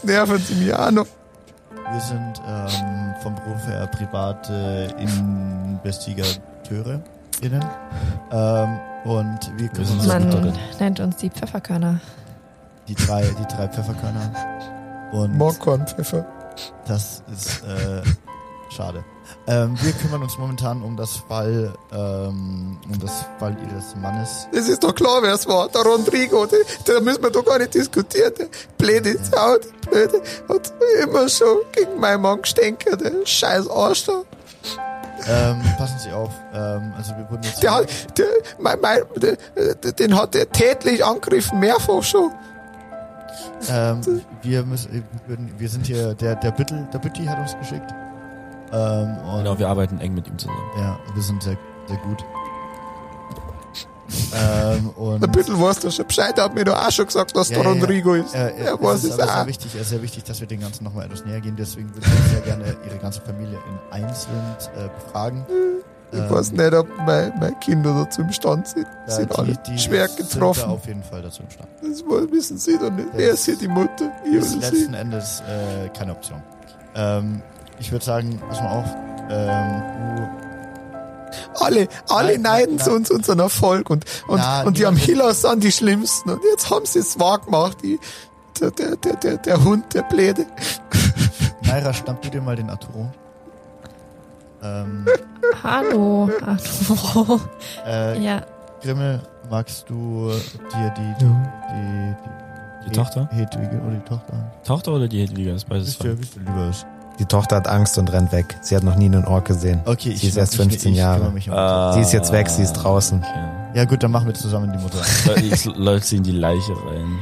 [SPEAKER 8] nerven sie mir an.
[SPEAKER 5] Wir sind ähm, vom Beruf her private Investigateure. Innen. Ähm, und wir kümmern uns
[SPEAKER 3] Man
[SPEAKER 5] um
[SPEAKER 3] nennt uns die Pfefferkörner.
[SPEAKER 5] die drei, die drei Pfefferkörner. Und
[SPEAKER 8] Morkornpfeffer.
[SPEAKER 5] Das ist äh, schade. Ähm, wir kümmern uns momentan um das Fall, ähm, um das Fall ihres Mannes.
[SPEAKER 8] Das ist doch klar, wer es war. Der Rodrigo. der- Da müssen wir doch gar nicht diskutieren. Der blöde Sau, der blöde. Hat immer schon gegen meinen Mann gestänkert. Der scheiß Arsch da.
[SPEAKER 5] Ähm, passen Sie auf. Ähm, also wir wurden jetzt.
[SPEAKER 8] Der hat, der, mein, mein, der, der- den hat er tätlich angegriffen, mehrfach schon.
[SPEAKER 5] ähm, wir müssen, wir würden- wir sind hier. Der der Büttel, der Bütti hat uns geschickt. Ähm, und
[SPEAKER 6] Genau, wir arbeiten eng mit ihm zusammen.
[SPEAKER 5] ja, wir sind sehr, sehr gut. ähm, und
[SPEAKER 8] Ein bisschen weißt du schon Bescheid, er hat mir doch auch schon gesagt, dass
[SPEAKER 5] Ja,
[SPEAKER 8] der
[SPEAKER 5] ja, ja.
[SPEAKER 8] Rodrigo ist.
[SPEAKER 5] Äh, äh,
[SPEAKER 8] Ja,
[SPEAKER 5] es
[SPEAKER 8] was
[SPEAKER 5] ist
[SPEAKER 8] ist
[SPEAKER 5] aber
[SPEAKER 8] auch?
[SPEAKER 5] sehr wichtig, äh, sehr wichtig, dass wir den Ganzen nochmal etwas näher gehen. Deswegen würde ich sehr gerne Ihre ganze Familie in einzeln äh, befragen.
[SPEAKER 8] Ich
[SPEAKER 5] Ähm,
[SPEAKER 8] weiß nicht, ob mein, mein Kinder dazu imstand sind.
[SPEAKER 5] da
[SPEAKER 8] sind alle schwer
[SPEAKER 5] äh, Sind da
[SPEAKER 8] getroffen.
[SPEAKER 5] auf jeden Fall dazu imstande.
[SPEAKER 8] Das wohl wissen sie doch nicht.
[SPEAKER 5] Das
[SPEAKER 8] Wer ist hier die Mutter? Ich
[SPEAKER 5] Ist
[SPEAKER 8] oder sie?
[SPEAKER 5] letzten Endes äh, keine Option. Ähm, ich würde sagen, pass mal auf. Ähm,
[SPEAKER 8] Alle, alle
[SPEAKER 5] Nein,
[SPEAKER 8] neiden
[SPEAKER 5] nein,
[SPEAKER 8] zu uns unseren Erfolg. Und, und,
[SPEAKER 5] Na,
[SPEAKER 8] und die am
[SPEAKER 5] niemand-
[SPEAKER 8] Hillas sind die Schlimmsten. Und jetzt haben sie es wahr gemacht. Die, der, der, der, der, der Hund, der Blöde.
[SPEAKER 5] du, Naira, schnapp du dir mal den Arturo. Ähm,
[SPEAKER 3] Hallo, Arturo.
[SPEAKER 5] äh,
[SPEAKER 3] Ja,
[SPEAKER 5] Grimmel, magst du dir die, die, die,
[SPEAKER 6] Die Tochter?
[SPEAKER 5] Hedwige oder die Tochter?
[SPEAKER 6] Tochter oder die Hedwiga? Das ist beides.
[SPEAKER 5] Bist du,
[SPEAKER 6] fein.
[SPEAKER 5] bist du lieber ist.
[SPEAKER 2] Die Tochter hat Angst und rennt weg. Sie hat noch nie einen Ork gesehen.
[SPEAKER 5] Okay,
[SPEAKER 2] Sie ist erst
[SPEAKER 5] ich-
[SPEAKER 2] 15
[SPEAKER 5] ich, ich
[SPEAKER 2] Jahre.
[SPEAKER 5] kümmere Mich um die Tochter.
[SPEAKER 6] Ah,
[SPEAKER 2] Sie ist jetzt weg, sie ist draußen.
[SPEAKER 6] Okay.
[SPEAKER 5] ja gut, dann machen wir zusammen die Mutter.
[SPEAKER 6] Leute, Jetzt läuft sie in die Leiche rein.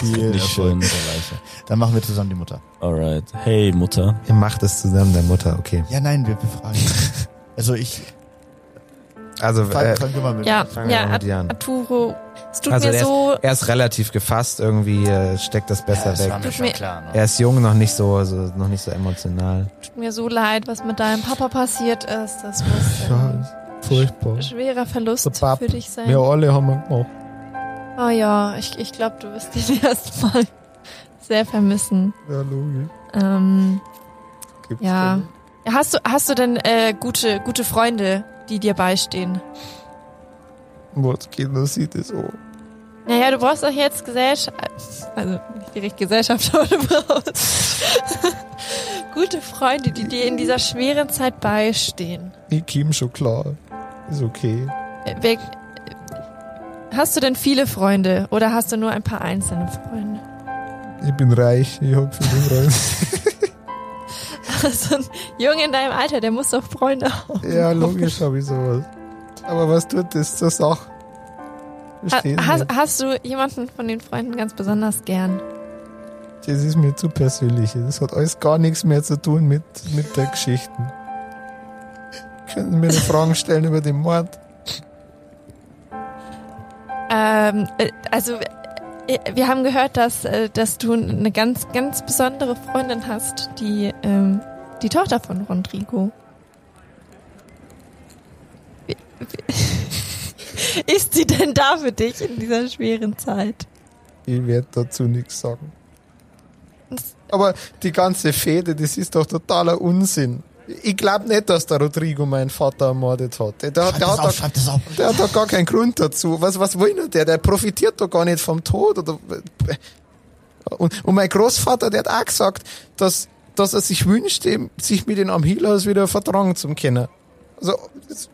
[SPEAKER 5] Viel
[SPEAKER 6] Nicht schön
[SPEAKER 5] Erfolg.
[SPEAKER 6] mit der Leiche.
[SPEAKER 5] Dann machen wir zusammen die Mutter.
[SPEAKER 6] Alright. Hey, Mutter.
[SPEAKER 2] Ihr macht es zusammen, der Mutter, okay.
[SPEAKER 5] Ja, nein, wir befragen. also ich
[SPEAKER 2] Also, äh,
[SPEAKER 5] fang, fang du mal mit.
[SPEAKER 3] ja,
[SPEAKER 2] fangen wir
[SPEAKER 3] ja,
[SPEAKER 2] mal mit
[SPEAKER 3] Ar
[SPEAKER 2] dir an.
[SPEAKER 3] Arturo. Es tut
[SPEAKER 2] Also
[SPEAKER 3] mir
[SPEAKER 2] der
[SPEAKER 3] so.
[SPEAKER 2] er ist relativ gefasst, irgendwie äh, steckt das besser
[SPEAKER 5] das war
[SPEAKER 2] weg.
[SPEAKER 5] mir
[SPEAKER 3] Tut
[SPEAKER 5] schon
[SPEAKER 3] mir-
[SPEAKER 5] klar. Ne?
[SPEAKER 2] Er ist jung, noch nicht so, so, noch nicht so emotional.
[SPEAKER 3] Tut mir so leid, was mit deinem Papa passiert ist. Das muss ein
[SPEAKER 8] Furchtbar.
[SPEAKER 3] schwerer Verlust
[SPEAKER 8] Der Pap-
[SPEAKER 3] für dich sein.
[SPEAKER 8] alle haben wir gemacht.
[SPEAKER 3] Oh ja, ich, ich glaube, du wirst ihn erstmal sehr vermissen.
[SPEAKER 8] Ja, logisch.
[SPEAKER 3] Ähm, ja. Hast du, hast du denn äh, gute, gute Freunde, die dir beistehen?
[SPEAKER 8] Was Kinder sieht es auch.
[SPEAKER 3] Naja, du brauchst doch jetzt Gesellschaft. Also nicht direkt Gesellschaft, aber du brauchst gute Freunde, die dir in dieser schweren Zeit beistehen.
[SPEAKER 8] Ich komme schon klar. Ist okay.
[SPEAKER 3] Äh, Wer, äh, hast du denn viele Freunde oder hast du nur ein paar einzelne Freunde?
[SPEAKER 8] Ich bin reich. Ich hab viel Reich.
[SPEAKER 3] So ein Junge in deinem Alter, der muss doch Freunde haben.
[SPEAKER 8] ja, logisch habe ich sowas. Aber was tut das zur Sache?
[SPEAKER 3] Ha,
[SPEAKER 8] Verstehen
[SPEAKER 3] hast,
[SPEAKER 8] Sie?
[SPEAKER 3] hast du jemanden von den Freunden ganz besonders gern?
[SPEAKER 8] Das ist mir zu persönlich. Das hat alles gar nichts mehr zu tun mit, mit der Geschichte. Könnten Sie mir eine Frage stellen über den Mord?
[SPEAKER 3] Ähm, äh, also äh, wir haben gehört, dass, äh, dass du eine ganz, ganz besondere Freundin hast, die ähm, die Tochter von Rodrigo. Wie- wie- Ist sie denn da für dich in dieser schweren Zeit?
[SPEAKER 8] Ich werde dazu nichts sagen. Aber die ganze Fehde, das ist doch totaler Unsinn. Ich glaube nicht, dass der Rodrigo meinen Vater ermordet hat. Der, der,
[SPEAKER 5] das
[SPEAKER 8] hat,
[SPEAKER 5] auf,
[SPEAKER 8] doch,
[SPEAKER 5] schreib das auf.
[SPEAKER 8] der hat doch gar keinen Grund dazu. Was, was will denn der? Der profitiert doch gar nicht vom Tod. Oder und, und mein Großvater, der hat auch gesagt, dass, dass er sich wünscht, eben, sich mit den Amhilas wieder vertragen zu können. Also, das,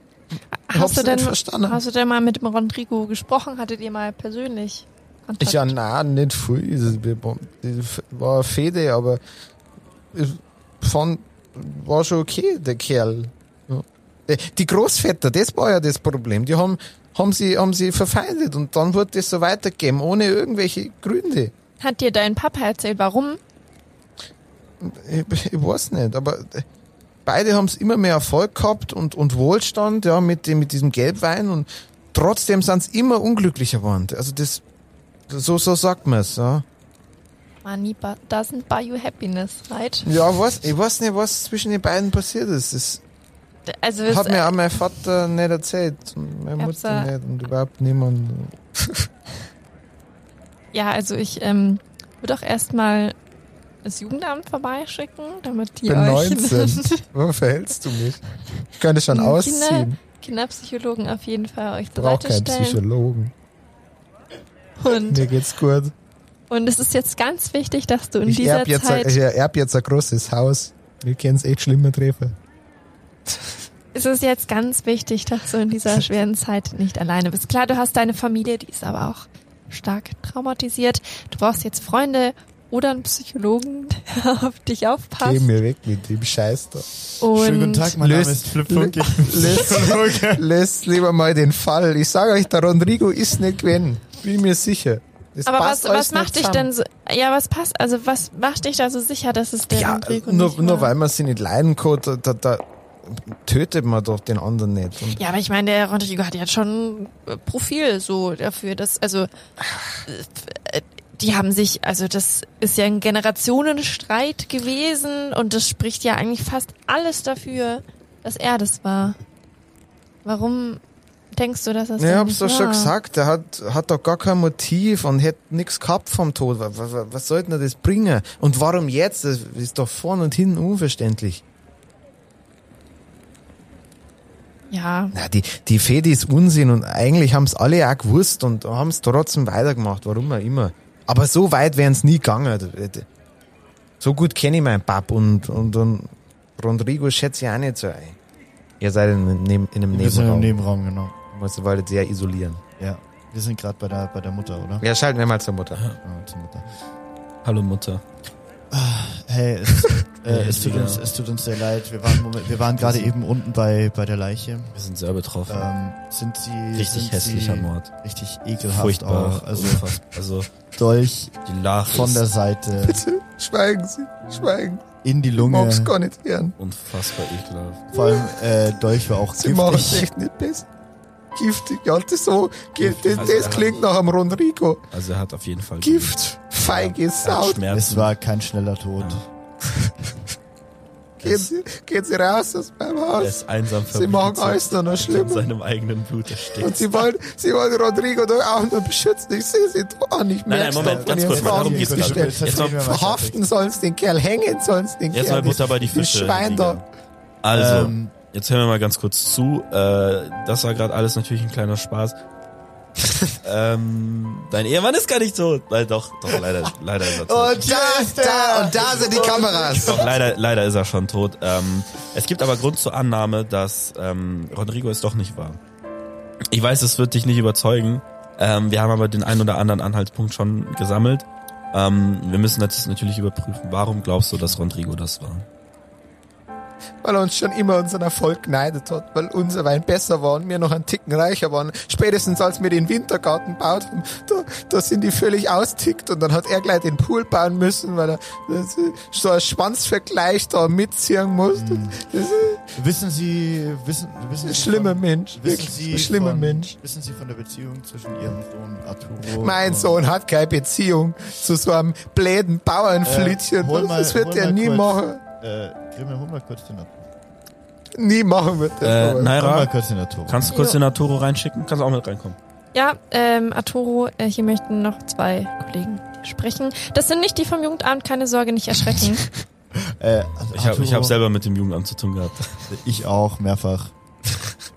[SPEAKER 8] hab's
[SPEAKER 3] Hast du,
[SPEAKER 8] nicht
[SPEAKER 3] denn,
[SPEAKER 8] verstanden.
[SPEAKER 3] hast du denn mal mit dem Rodrigo gesprochen? Hattet ihr mal persönlich Kontakt?
[SPEAKER 8] Ich ja, nein, nicht viel. Das war eine Fehde, aber ich fand, war schon okay, der Kerl. Ja. Äh, Die Großväter, das war ja das Problem. Die haben, haben sie, haben sie verfeindet und dann wurde das so weitergegeben, ohne irgendwelche Gründe.
[SPEAKER 3] Hat dir dein Papa erzählt, warum?
[SPEAKER 8] Ich, ich weiß nicht, aber äh, beide haben es immer mehr Erfolg gehabt und, und Wohlstand, ja, mit dem, mit diesem Gelbwein und trotzdem sind sie immer unglücklicher geworden. Also das, so, so sagt man es, ja.
[SPEAKER 3] Money bu- doesn't buy you happiness, right?
[SPEAKER 8] Ja, was, ich weiß nicht, was zwischen den beiden passiert ist. Das
[SPEAKER 3] Also es,
[SPEAKER 8] hat mir auch mein Vater nicht erzählt. Und meine
[SPEAKER 3] Hab's,
[SPEAKER 8] Mutter
[SPEAKER 3] äh,
[SPEAKER 8] nicht und überhaupt niemand.
[SPEAKER 3] ja, also ich ähm, würde auch erstmal das Jugendamt vorbeischicken, damit die
[SPEAKER 8] Ich bin
[SPEAKER 3] euch
[SPEAKER 8] 19. Warum verhältst du mich? Ich könnte schon
[SPEAKER 3] Kinder-
[SPEAKER 8] ausziehen.
[SPEAKER 3] Kinderpsychologen auf jeden Fall euch
[SPEAKER 8] Ich brauche
[SPEAKER 3] zur Seite
[SPEAKER 8] keinen
[SPEAKER 3] stellen.
[SPEAKER 8] Psychologen.
[SPEAKER 3] Und,
[SPEAKER 8] Mir geht's gut.
[SPEAKER 3] und es ist jetzt ganz wichtig, dass du in
[SPEAKER 8] Ich
[SPEAKER 3] dieser
[SPEAKER 8] erb, jetzt
[SPEAKER 3] Zeit
[SPEAKER 8] ein, ich erb jetzt ein großes Haus. Wir können echt schlimmer treffen.
[SPEAKER 3] Es ist jetzt ganz wichtig, dass du in dieser schweren Zeit nicht alleine bist. Klar, du hast deine Familie, die ist aber auch stark traumatisiert. Du brauchst jetzt Freunde oder einen Psychologen, der auf dich
[SPEAKER 8] Geh
[SPEAKER 3] aufpasst.
[SPEAKER 8] mir weg mit dem Scheiß da.
[SPEAKER 3] Und
[SPEAKER 5] Schönen guten Tag, mein
[SPEAKER 8] löst-
[SPEAKER 5] Name ist Flip
[SPEAKER 8] lö-
[SPEAKER 5] Funky.
[SPEAKER 8] Löst, löst lieber mal den Fall. Ich sage euch, der Rodrigo ist nicht gewesen. Bin mir sicher. Das
[SPEAKER 3] aber was,
[SPEAKER 8] passt alles
[SPEAKER 3] was macht
[SPEAKER 8] nicht
[SPEAKER 3] dich
[SPEAKER 8] zusammen.
[SPEAKER 3] denn so, ja, was passt, also was macht dich da so sicher, dass es der
[SPEAKER 8] Ja,
[SPEAKER 3] Rodrigo
[SPEAKER 8] nur,
[SPEAKER 3] nicht war?
[SPEAKER 8] nur weil man sie nicht leiden kann, da, da, da tötet man doch den anderen nicht. Und
[SPEAKER 3] Ja, aber ich meine, der Rodrigo hat ja schon äh, Profil so dafür, dass, also, äh, die haben sich, also das ist ja ein Generationenstreit gewesen und das spricht ja eigentlich fast alles dafür, dass er das war. Warum denkst du, dass das
[SPEAKER 8] ja, ich
[SPEAKER 3] denn
[SPEAKER 8] hab's
[SPEAKER 3] nicht
[SPEAKER 8] doch
[SPEAKER 3] war?
[SPEAKER 8] schon gesagt, der hat, hat doch gar kein Motiv und hätte nix gehabt vom Tod. Was, was, was sollte denn das bringen? Und warum jetzt? Das ist doch vorn und hinten unverständlich.
[SPEAKER 3] Ja,
[SPEAKER 8] Na, die, die Fede ist Unsinn und eigentlich haben's alle auch gewusst und haben's trotzdem weitergemacht, warum auch immer. Aber so weit wären's nie gegangen. Also, äh, So gut kenne ich meinen Pap und, und, und Rodrigo schätze ich auch nicht so ein. Ihr seid in, einem Neb- in einem
[SPEAKER 5] Wir sind im
[SPEAKER 8] Nebenraum.
[SPEAKER 5] Nebenraum, genau.
[SPEAKER 8] Musst du wolltet sehr isolieren.
[SPEAKER 5] Ja. Wir sind gerade bei der, bei der Mutter, oder?
[SPEAKER 8] Ja, schalten wir mal zur Mutter.
[SPEAKER 5] Ja, zur Mutter.
[SPEAKER 6] Hallo Mutter.
[SPEAKER 5] Hey, es, äh,
[SPEAKER 6] Hey,
[SPEAKER 5] es, tut
[SPEAKER 6] Lina.
[SPEAKER 5] uns, es tut uns sehr leid. Wir waren, Moment- wir waren gerade eben unten bei, bei der Leiche.
[SPEAKER 6] Wir sind sehr betroffen.
[SPEAKER 5] Ähm, sind sie.
[SPEAKER 6] Richtig
[SPEAKER 5] sind
[SPEAKER 6] hässlicher
[SPEAKER 5] sie
[SPEAKER 6] Mord.
[SPEAKER 5] Richtig ekelhaft
[SPEAKER 6] Furchtbar.
[SPEAKER 5] auch. Also
[SPEAKER 6] unfassbar. also
[SPEAKER 5] Dolch
[SPEAKER 6] die Lache
[SPEAKER 5] von
[SPEAKER 6] ist
[SPEAKER 5] der Seite
[SPEAKER 8] Bitte, schweigen Sie, schweigen.
[SPEAKER 5] in die
[SPEAKER 8] Ich
[SPEAKER 5] Lunge.
[SPEAKER 8] mag's gar nicht hören.
[SPEAKER 6] unfassbar ekelhaft.
[SPEAKER 5] Vor allem äh, Dolch war auch
[SPEAKER 8] Sie machen es
[SPEAKER 5] giftig.
[SPEAKER 8] echt nicht besser. Giftig, ja, das so,
[SPEAKER 6] Giftig.
[SPEAKER 8] das, das klingt nach einem Rodrigo.
[SPEAKER 6] Also er hat auf jeden Fall
[SPEAKER 8] Gift, feige
[SPEAKER 6] Er hat
[SPEAKER 8] Sau,
[SPEAKER 5] Es
[SPEAKER 6] Schmerzen.
[SPEAKER 5] war kein schneller Tod.
[SPEAKER 8] Gehen Sie, gehen Sie raus aus meinem
[SPEAKER 6] Er
[SPEAKER 8] Haus.
[SPEAKER 6] ist einsam
[SPEAKER 8] Sie machen alles nur noch
[SPEAKER 6] in
[SPEAKER 8] schlimmer.
[SPEAKER 6] seinem eigenen Blut erstickt.
[SPEAKER 8] Und Sie wollen, Sie wollen Rodrigo doch auch nur beschützen. Ich sehe Sie doch nicht
[SPEAKER 6] Nein,
[SPEAKER 8] mehr.
[SPEAKER 6] nein, Moment, ganz
[SPEAKER 5] Jetzt
[SPEAKER 6] kurz,
[SPEAKER 5] mal
[SPEAKER 6] darum
[SPEAKER 5] hier,
[SPEAKER 6] geht's
[SPEAKER 5] kurz,
[SPEAKER 6] nicht.
[SPEAKER 5] jetzt
[SPEAKER 6] Jetzt mal-
[SPEAKER 5] reden wir mal fertig.
[SPEAKER 8] Verhaften sollen Sie den Kerl, hängen sollen Sie den Kerl.
[SPEAKER 6] Jetzt mal Butter bei die Fische.
[SPEAKER 8] Die Schwein da.
[SPEAKER 6] Also,
[SPEAKER 5] Ähm,
[SPEAKER 6] jetzt hören wir mal ganz kurz zu. Äh, das war gerade alles natürlich ein kleiner Spaß. ähm, dein Ehemann ist gar nicht tot. Nein, doch, doch, leider, leider ist er tot.
[SPEAKER 8] Und Oh, da, da, und da sind die Kameras.
[SPEAKER 6] Doch, leider, leider ist er schon tot. Ähm, es gibt aber Grund zur Annahme, dass ähm, Rodrigo es doch nicht war. Ich weiß, es wird dich nicht überzeugen. Ähm, wir haben aber den einen oder anderen Anhaltspunkt schon gesammelt. Ähm, wir müssen das natürlich überprüfen. Warum glaubst du, dass Rodrigo das war?
[SPEAKER 8] Weil er uns schon immer unseren Erfolg geneidet hat, weil unser Wein besser war und wir noch einen Ticken reicher waren. Spätestens als wir den Wintergarten gebaut haben, da, da sind die völlig austickt und dann hat er gleich den Pool bauen müssen, weil er das, äh, so einen Schwanzvergleich da mitziehen musste. Das ist
[SPEAKER 5] Wissen Sie, wissen, Hm. wissen
[SPEAKER 8] ein
[SPEAKER 5] Sie
[SPEAKER 8] schlimmer
[SPEAKER 5] von,
[SPEAKER 8] Mensch,
[SPEAKER 5] wissen
[SPEAKER 8] wirklich
[SPEAKER 5] Sie
[SPEAKER 8] ein schlimmer
[SPEAKER 5] von,
[SPEAKER 8] Mensch.
[SPEAKER 5] Wissen Sie von der Beziehung zwischen Ihrem Sohn Arturo?
[SPEAKER 8] Mein
[SPEAKER 5] und-
[SPEAKER 8] Sohn hat keine Beziehung zu so einem bläden Bauernflittchen.
[SPEAKER 5] Äh, hol mal-
[SPEAKER 8] das wird
[SPEAKER 5] hol
[SPEAKER 8] er
[SPEAKER 5] mal
[SPEAKER 8] nie
[SPEAKER 5] kurz.
[SPEAKER 8] machen.
[SPEAKER 5] Äh, Grimme, hol mal kurz den Arturo.
[SPEAKER 8] Nie machen wird er.
[SPEAKER 6] Äh,
[SPEAKER 8] sowas.
[SPEAKER 5] Hol mal
[SPEAKER 6] Naira,
[SPEAKER 5] kurz den Arturo.
[SPEAKER 6] kannst du kurz
[SPEAKER 3] Ja.
[SPEAKER 6] den Arturo reinschicken? Kannst du auch mit reinkommen?
[SPEAKER 3] ja, ähm, Arturo, äh, hier möchten noch zwei Kollegen sprechen. Das sind nicht die vom Jugendamt, keine Sorge, nicht erschrecken.
[SPEAKER 6] Ich
[SPEAKER 5] Äh,
[SPEAKER 6] habe ich
[SPEAKER 5] Arturo,
[SPEAKER 6] hab selber mit dem Jugendamt zu tun gehabt.
[SPEAKER 5] Ich auch, mehrfach.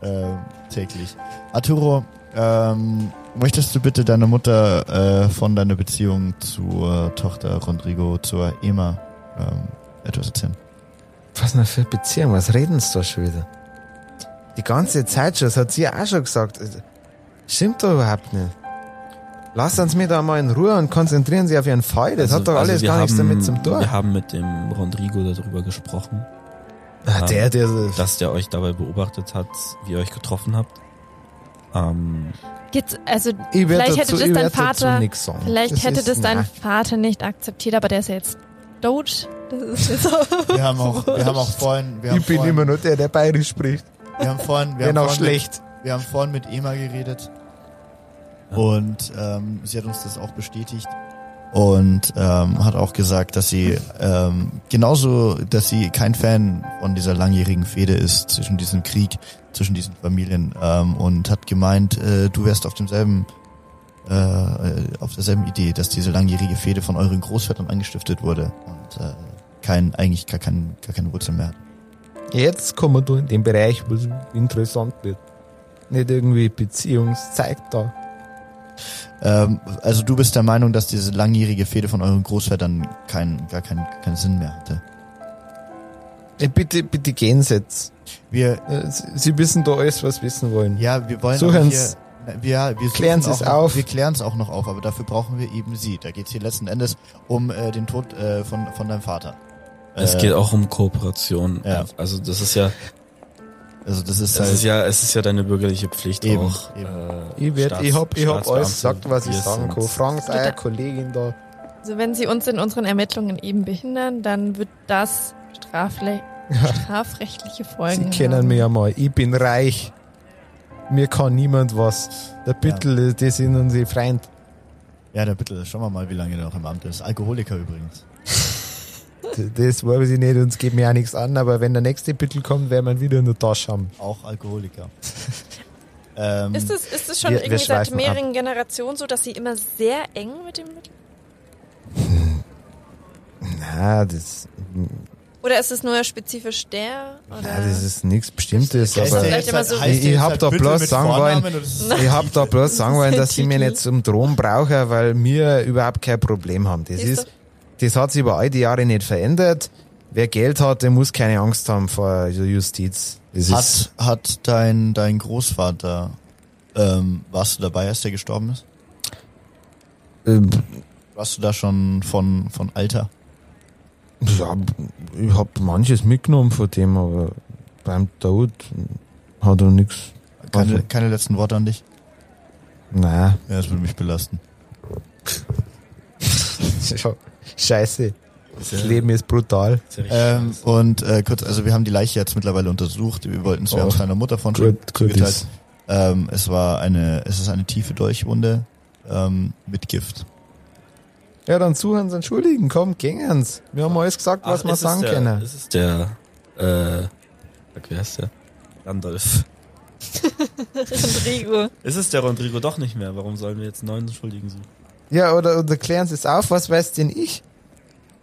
[SPEAKER 5] ähm, täglich. Arturo, ähm, möchtest du bitte deine Mutter äh, von deiner Beziehung zur Tochter Rodrigo, zur Ema, ähm, etwas erzählen?
[SPEAKER 8] Was denn für Beziehung? Was reden Sie da schon wieder? Die ganze Zeit schon, das hat sie auch schon gesagt. Also, Stimmt doch überhaupt nicht. Lassen uns mich da mal in Ruhe und konzentrieren Sie auf Ihren Fall. Das hat doch
[SPEAKER 6] Also
[SPEAKER 8] alles
[SPEAKER 6] wir
[SPEAKER 8] gar nichts
[SPEAKER 6] haben-
[SPEAKER 8] damit zum tun.
[SPEAKER 6] Wir haben mit dem Rodrigo darüber gesprochen, Ähm,
[SPEAKER 8] Ah, der, der, der
[SPEAKER 6] dass der euch dabei beobachtet hat, wie ihr euch getroffen habt. Ähm,
[SPEAKER 3] Jetzt, also
[SPEAKER 8] ich werd
[SPEAKER 3] vielleicht hätte das
[SPEAKER 8] ich
[SPEAKER 3] dein
[SPEAKER 8] werd dazu
[SPEAKER 3] Vater-
[SPEAKER 8] nix sagen.
[SPEAKER 3] vielleicht hätte
[SPEAKER 8] ist-
[SPEAKER 3] das dein
[SPEAKER 8] na.
[SPEAKER 3] Vater nicht akzeptiert, aber der ist ja jetzt tot. Das ist jetzt
[SPEAKER 5] Wir haben auch, wir haben auch vorhin, wir haben
[SPEAKER 8] Ich bin
[SPEAKER 5] vorhin,
[SPEAKER 8] immer nur der, der bayerisch spricht.
[SPEAKER 5] wir haben vorhin, wir haben
[SPEAKER 8] Wenn
[SPEAKER 6] Genau,
[SPEAKER 8] auch
[SPEAKER 5] vorhin, mit-
[SPEAKER 8] schlecht.
[SPEAKER 5] Wir haben vorhin mit Ema geredet und ähm, sie hat uns das auch bestätigt und ähm, hat auch gesagt, dass sie ähm, genauso, dass sie kein Fan von dieser langjährigen Fehde ist zwischen diesem Krieg, zwischen diesen Familien ähm, und hat gemeint, äh, du wärst auf demselben äh, auf derselben Idee, dass diese langjährige Fehde von euren Großvätern angestiftet wurde und äh, kein, eigentlich gar, kein, gar keine Wurzel mehr hat.
[SPEAKER 8] Jetzt kommen wir in den Bereich, wo es interessant wird. Nicht irgendwie Beziehungszeug da.
[SPEAKER 5] Ähm, also du bist der Meinung, dass diese langjährige Fehde von euren Großvätern keinen, gar keinen, keinen Sinn mehr hatte.
[SPEAKER 8] Äh, Bitte, bitte gehen Sie jetzt.
[SPEAKER 5] Wir,
[SPEAKER 8] Äh, Sie Sie wissen da alles, was Sie wissen wollen.
[SPEAKER 5] ja, wir wollen aber hier,
[SPEAKER 8] Suchen's.
[SPEAKER 5] na, wir, wir
[SPEAKER 8] Klären's
[SPEAKER 5] suchen
[SPEAKER 8] es
[SPEAKER 5] auch noch-
[SPEAKER 8] auf.
[SPEAKER 5] Wir klären es auch noch auf, aber dafür brauchen wir eben sie. Da geht es hier letzten Endes um äh, den Tod äh, von, von deinem Vater.
[SPEAKER 6] es
[SPEAKER 5] Äh,
[SPEAKER 6] geht auch um Kooperation.
[SPEAKER 5] ja.
[SPEAKER 6] Also das ist ja,
[SPEAKER 5] Also das ist,
[SPEAKER 6] das
[SPEAKER 5] halt,
[SPEAKER 6] ist ja, es ist ja deine bürgerliche Pflicht
[SPEAKER 5] Eben,
[SPEAKER 6] auch.
[SPEAKER 5] eben.
[SPEAKER 6] Äh,
[SPEAKER 8] Ich, werd, ich hab, ich hab alles gesagt, was ich
[SPEAKER 6] wir
[SPEAKER 8] sagen kann.
[SPEAKER 6] sind's.
[SPEAKER 8] Fragen Sie eure Kollegin da.
[SPEAKER 3] Also wenn sie uns in unseren Ermittlungen eben behindern, dann wird das strafle strafrechtliche
[SPEAKER 8] Sie
[SPEAKER 3] Folgen
[SPEAKER 8] kennen
[SPEAKER 3] haben.
[SPEAKER 8] mich ja mal. Ich bin reich. Mir kann niemand was. Der Büttel, die sind unsere Freund.
[SPEAKER 5] ja, der Bitte, schauen wir mal, wie lange der noch im Amt ist. Alkoholiker übrigens.
[SPEAKER 8] Das weiß ich nicht, uns geht mir auch nichts an, aber wenn der nächste Büttel kommt, werden wir ihn wieder in der Tasche haben.
[SPEAKER 5] Auch Alkoholiker. ähm,
[SPEAKER 3] Ist es, ist es schon
[SPEAKER 8] Wir- wir
[SPEAKER 3] irgendwie seit
[SPEAKER 8] schweifen
[SPEAKER 3] mehreren Generationen so, dass sie immer sehr eng mit dem Mittel?
[SPEAKER 8] Na, Ah, das,
[SPEAKER 3] Oder ist es nur spezifisch der? Oder?
[SPEAKER 8] na, das ist nichts Bestimmtes,
[SPEAKER 5] heißt
[SPEAKER 8] aber.
[SPEAKER 5] der
[SPEAKER 3] Vielleicht
[SPEAKER 5] jetzt
[SPEAKER 3] immer
[SPEAKER 5] halt-
[SPEAKER 3] so-
[SPEAKER 5] heißt
[SPEAKER 8] Ich-
[SPEAKER 5] der
[SPEAKER 8] ich
[SPEAKER 5] jetzt
[SPEAKER 8] hab
[SPEAKER 5] halt
[SPEAKER 8] doch
[SPEAKER 5] Büttel
[SPEAKER 8] bloß
[SPEAKER 5] mit
[SPEAKER 8] sagen wollen-
[SPEAKER 5] Vornamen oder das ist-
[SPEAKER 8] Ich hab da bloß sagen wollen,
[SPEAKER 3] ein
[SPEAKER 8] dass ich mich
[SPEAKER 3] Titel.
[SPEAKER 8] nicht zum Thron brauche, weil wir überhaupt kein Problem haben. Das
[SPEAKER 3] Ist
[SPEAKER 8] ist, das hat sich über all die Jahre nicht verändert. Wer Geld hat, der muss keine Angst haben vor der Justiz. Das ist,
[SPEAKER 5] Hat, hat dein, dein Großvater, ähm, warst du dabei, als der gestorben ist?
[SPEAKER 8] ähm,
[SPEAKER 5] Warst du da schon von, von Alter?
[SPEAKER 8] ja, ich hab manches mitgenommen von dem, aber beim Tod hat er nichts.
[SPEAKER 5] Keine,
[SPEAKER 8] Also-
[SPEAKER 5] keine letzten Worte an dich?
[SPEAKER 8] Nein.
[SPEAKER 5] Ja, das würde mich belasten.
[SPEAKER 8] Scheiße. Das Leben ist brutal.
[SPEAKER 5] Ähm, und äh, kurz, also wir haben die Leiche jetzt mittlerweile untersucht. Wir wollten es, wir
[SPEAKER 8] Oh.
[SPEAKER 5] haben es meiner Mutter von schon
[SPEAKER 8] Gut, gut
[SPEAKER 5] zugeteilt.
[SPEAKER 8] ist.
[SPEAKER 5] Ähm, es war eine, es ist eine tiefe Dolchwunde ähm, mit Gift.
[SPEAKER 8] Ja, dann suchen Sie einen Schuldigen. Komm, gängen's. Wir haben alles gesagt, was wir sagen
[SPEAKER 6] der,
[SPEAKER 8] können.
[SPEAKER 6] Ist es der, äh, sag, wer ist der? Gandalf.
[SPEAKER 3] Rodrigo.
[SPEAKER 6] Ist es der Rodrigo doch nicht mehr? Warum sollen wir jetzt einen neuen Schuldigen suchen?
[SPEAKER 8] Ja, oder, oder klären Sie es auf, was weiß denn ich?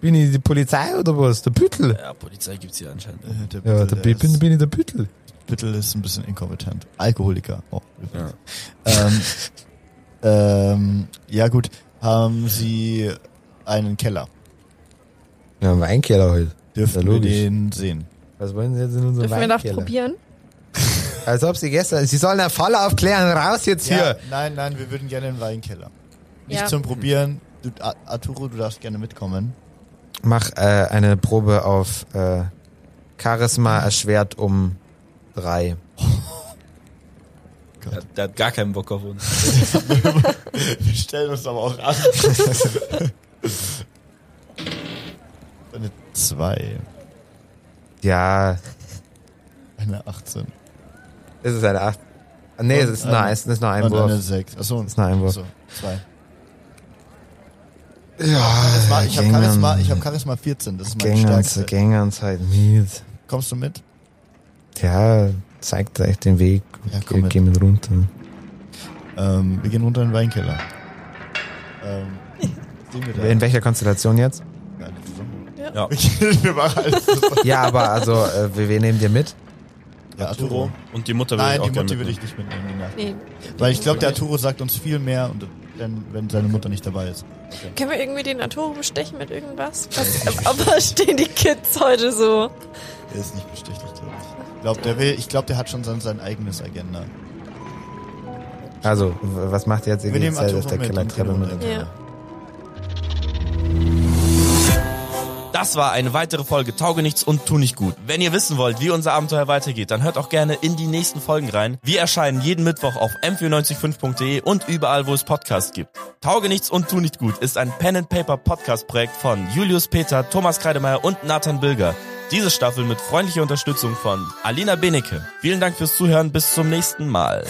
[SPEAKER 8] Bin ich die Polizei oder was? Der Büttel?
[SPEAKER 6] Ja, Polizei gibt's hier anscheinend.
[SPEAKER 5] Äh, der
[SPEAKER 8] Ja, der
[SPEAKER 5] Büttel,
[SPEAKER 8] bin, bin,
[SPEAKER 5] ist,
[SPEAKER 8] bin ich der Büttel.
[SPEAKER 5] Büttel ist ein bisschen inkompetent. Alkoholiker. Oh,
[SPEAKER 6] Ja.
[SPEAKER 5] Ähm, ähm, ja gut, haben Sie einen Keller?
[SPEAKER 8] Ja, ein Weinkeller halt.
[SPEAKER 5] Dürfen
[SPEAKER 8] Ja,
[SPEAKER 5] wir
[SPEAKER 8] logisch.
[SPEAKER 5] den sehen?
[SPEAKER 8] Was wollen Sie jetzt in unserem
[SPEAKER 3] Dürfen wir
[SPEAKER 8] Weinkeller?
[SPEAKER 3] doch probieren?
[SPEAKER 8] Als ob Sie gestern... Sie sollen einen Fall aufklären. Raus jetzt
[SPEAKER 5] Ja,
[SPEAKER 8] hier.
[SPEAKER 5] nein, nein, wir würden gerne in den Weinkeller. Nicht
[SPEAKER 3] Ja.
[SPEAKER 5] zum Probieren. Du, A- Arturo, du darfst gerne mitkommen.
[SPEAKER 8] Mach äh, eine Probe auf äh, Charisma erschwert um drei.
[SPEAKER 6] Der, der hat gar keinen Bock auf uns.
[SPEAKER 5] Wir stellen uns aber auch an. Eine 2,
[SPEAKER 8] Ja,
[SPEAKER 5] eine 18
[SPEAKER 8] es ist eine Acht. Nee, es ist nur
[SPEAKER 5] eine-
[SPEAKER 8] eins, es ist nur ein
[SPEAKER 5] und eine
[SPEAKER 8] Wurf.
[SPEAKER 5] 6. Achso,
[SPEAKER 8] ist nur ein Wurf.
[SPEAKER 5] So, zwei.
[SPEAKER 8] Ja,
[SPEAKER 5] Ich habe Charisma, ich hab Charisma 14, das ist meine
[SPEAKER 8] Gängern,
[SPEAKER 5] Stärke.
[SPEAKER 8] Gängern halt mit.
[SPEAKER 5] Kommst du mit?
[SPEAKER 8] Ja, zeigt euch den Weg.
[SPEAKER 5] Ja,
[SPEAKER 8] Ge
[SPEAKER 5] komm mit.
[SPEAKER 8] Geh mit runter.
[SPEAKER 5] Ähm, wir gehen runter in den Weinkeller. Ähm, Nachdem wir da
[SPEAKER 8] In welcher Konstellation jetzt?
[SPEAKER 5] Ja, alle zusammen.
[SPEAKER 6] Ja.
[SPEAKER 5] wir waren alle zusammen.
[SPEAKER 8] Ja, aber also, äh, wir, wir nehmen dir mit.
[SPEAKER 5] Ja, Arturo.
[SPEAKER 6] Turo. Und die Mutter will ich
[SPEAKER 5] Oh. Nein,
[SPEAKER 6] auch
[SPEAKER 5] die
[SPEAKER 6] gerne
[SPEAKER 5] Mutti will
[SPEAKER 6] mitnehmen.
[SPEAKER 5] ich nicht mitnehmen. Die Nacht.
[SPEAKER 3] Nee.
[SPEAKER 5] Weil ich glaube, der Arturo sagt uns viel mehr, und, wenn, wenn seine Mutter nicht dabei ist.
[SPEAKER 3] Können wir irgendwie den Atom bestechen mit irgendwas? Was, aber stehen die Kids heute so?
[SPEAKER 5] Er ist nicht bestechlich, glaube ich. Ich glaube, der, will- ich glaub, der hat schon sein, sein eigenes Agenda.
[SPEAKER 8] Also, w- was macht ihr jetzt? Ihr
[SPEAKER 5] Wir
[SPEAKER 8] geht
[SPEAKER 5] nehmen
[SPEAKER 8] jetzt halt auf
[SPEAKER 5] Arturo
[SPEAKER 8] der
[SPEAKER 5] mit und
[SPEAKER 8] Kellertreppe
[SPEAKER 5] Timo
[SPEAKER 8] mit.
[SPEAKER 5] mit.
[SPEAKER 3] Ja.
[SPEAKER 6] Das war eine weitere Folge Tauge nichts und tu nicht gut. Wenn ihr wissen wollt, wie unser Abenteuer weitergeht, dann hört auch gerne in die nächsten Folgen rein. Wir erscheinen jeden Mittwoch auf m495.de und überall, wo es Podcasts gibt. Tauge nichts und tu nicht gut ist ein Pen and Paper Podcast Projekt von Julius Peter, Thomas Kreidemeier und Nathan Bilger. Diese Staffel mit freundlicher Unterstützung von Alina Benecke. Vielen Dank fürs Zuhören, bis zum nächsten Mal.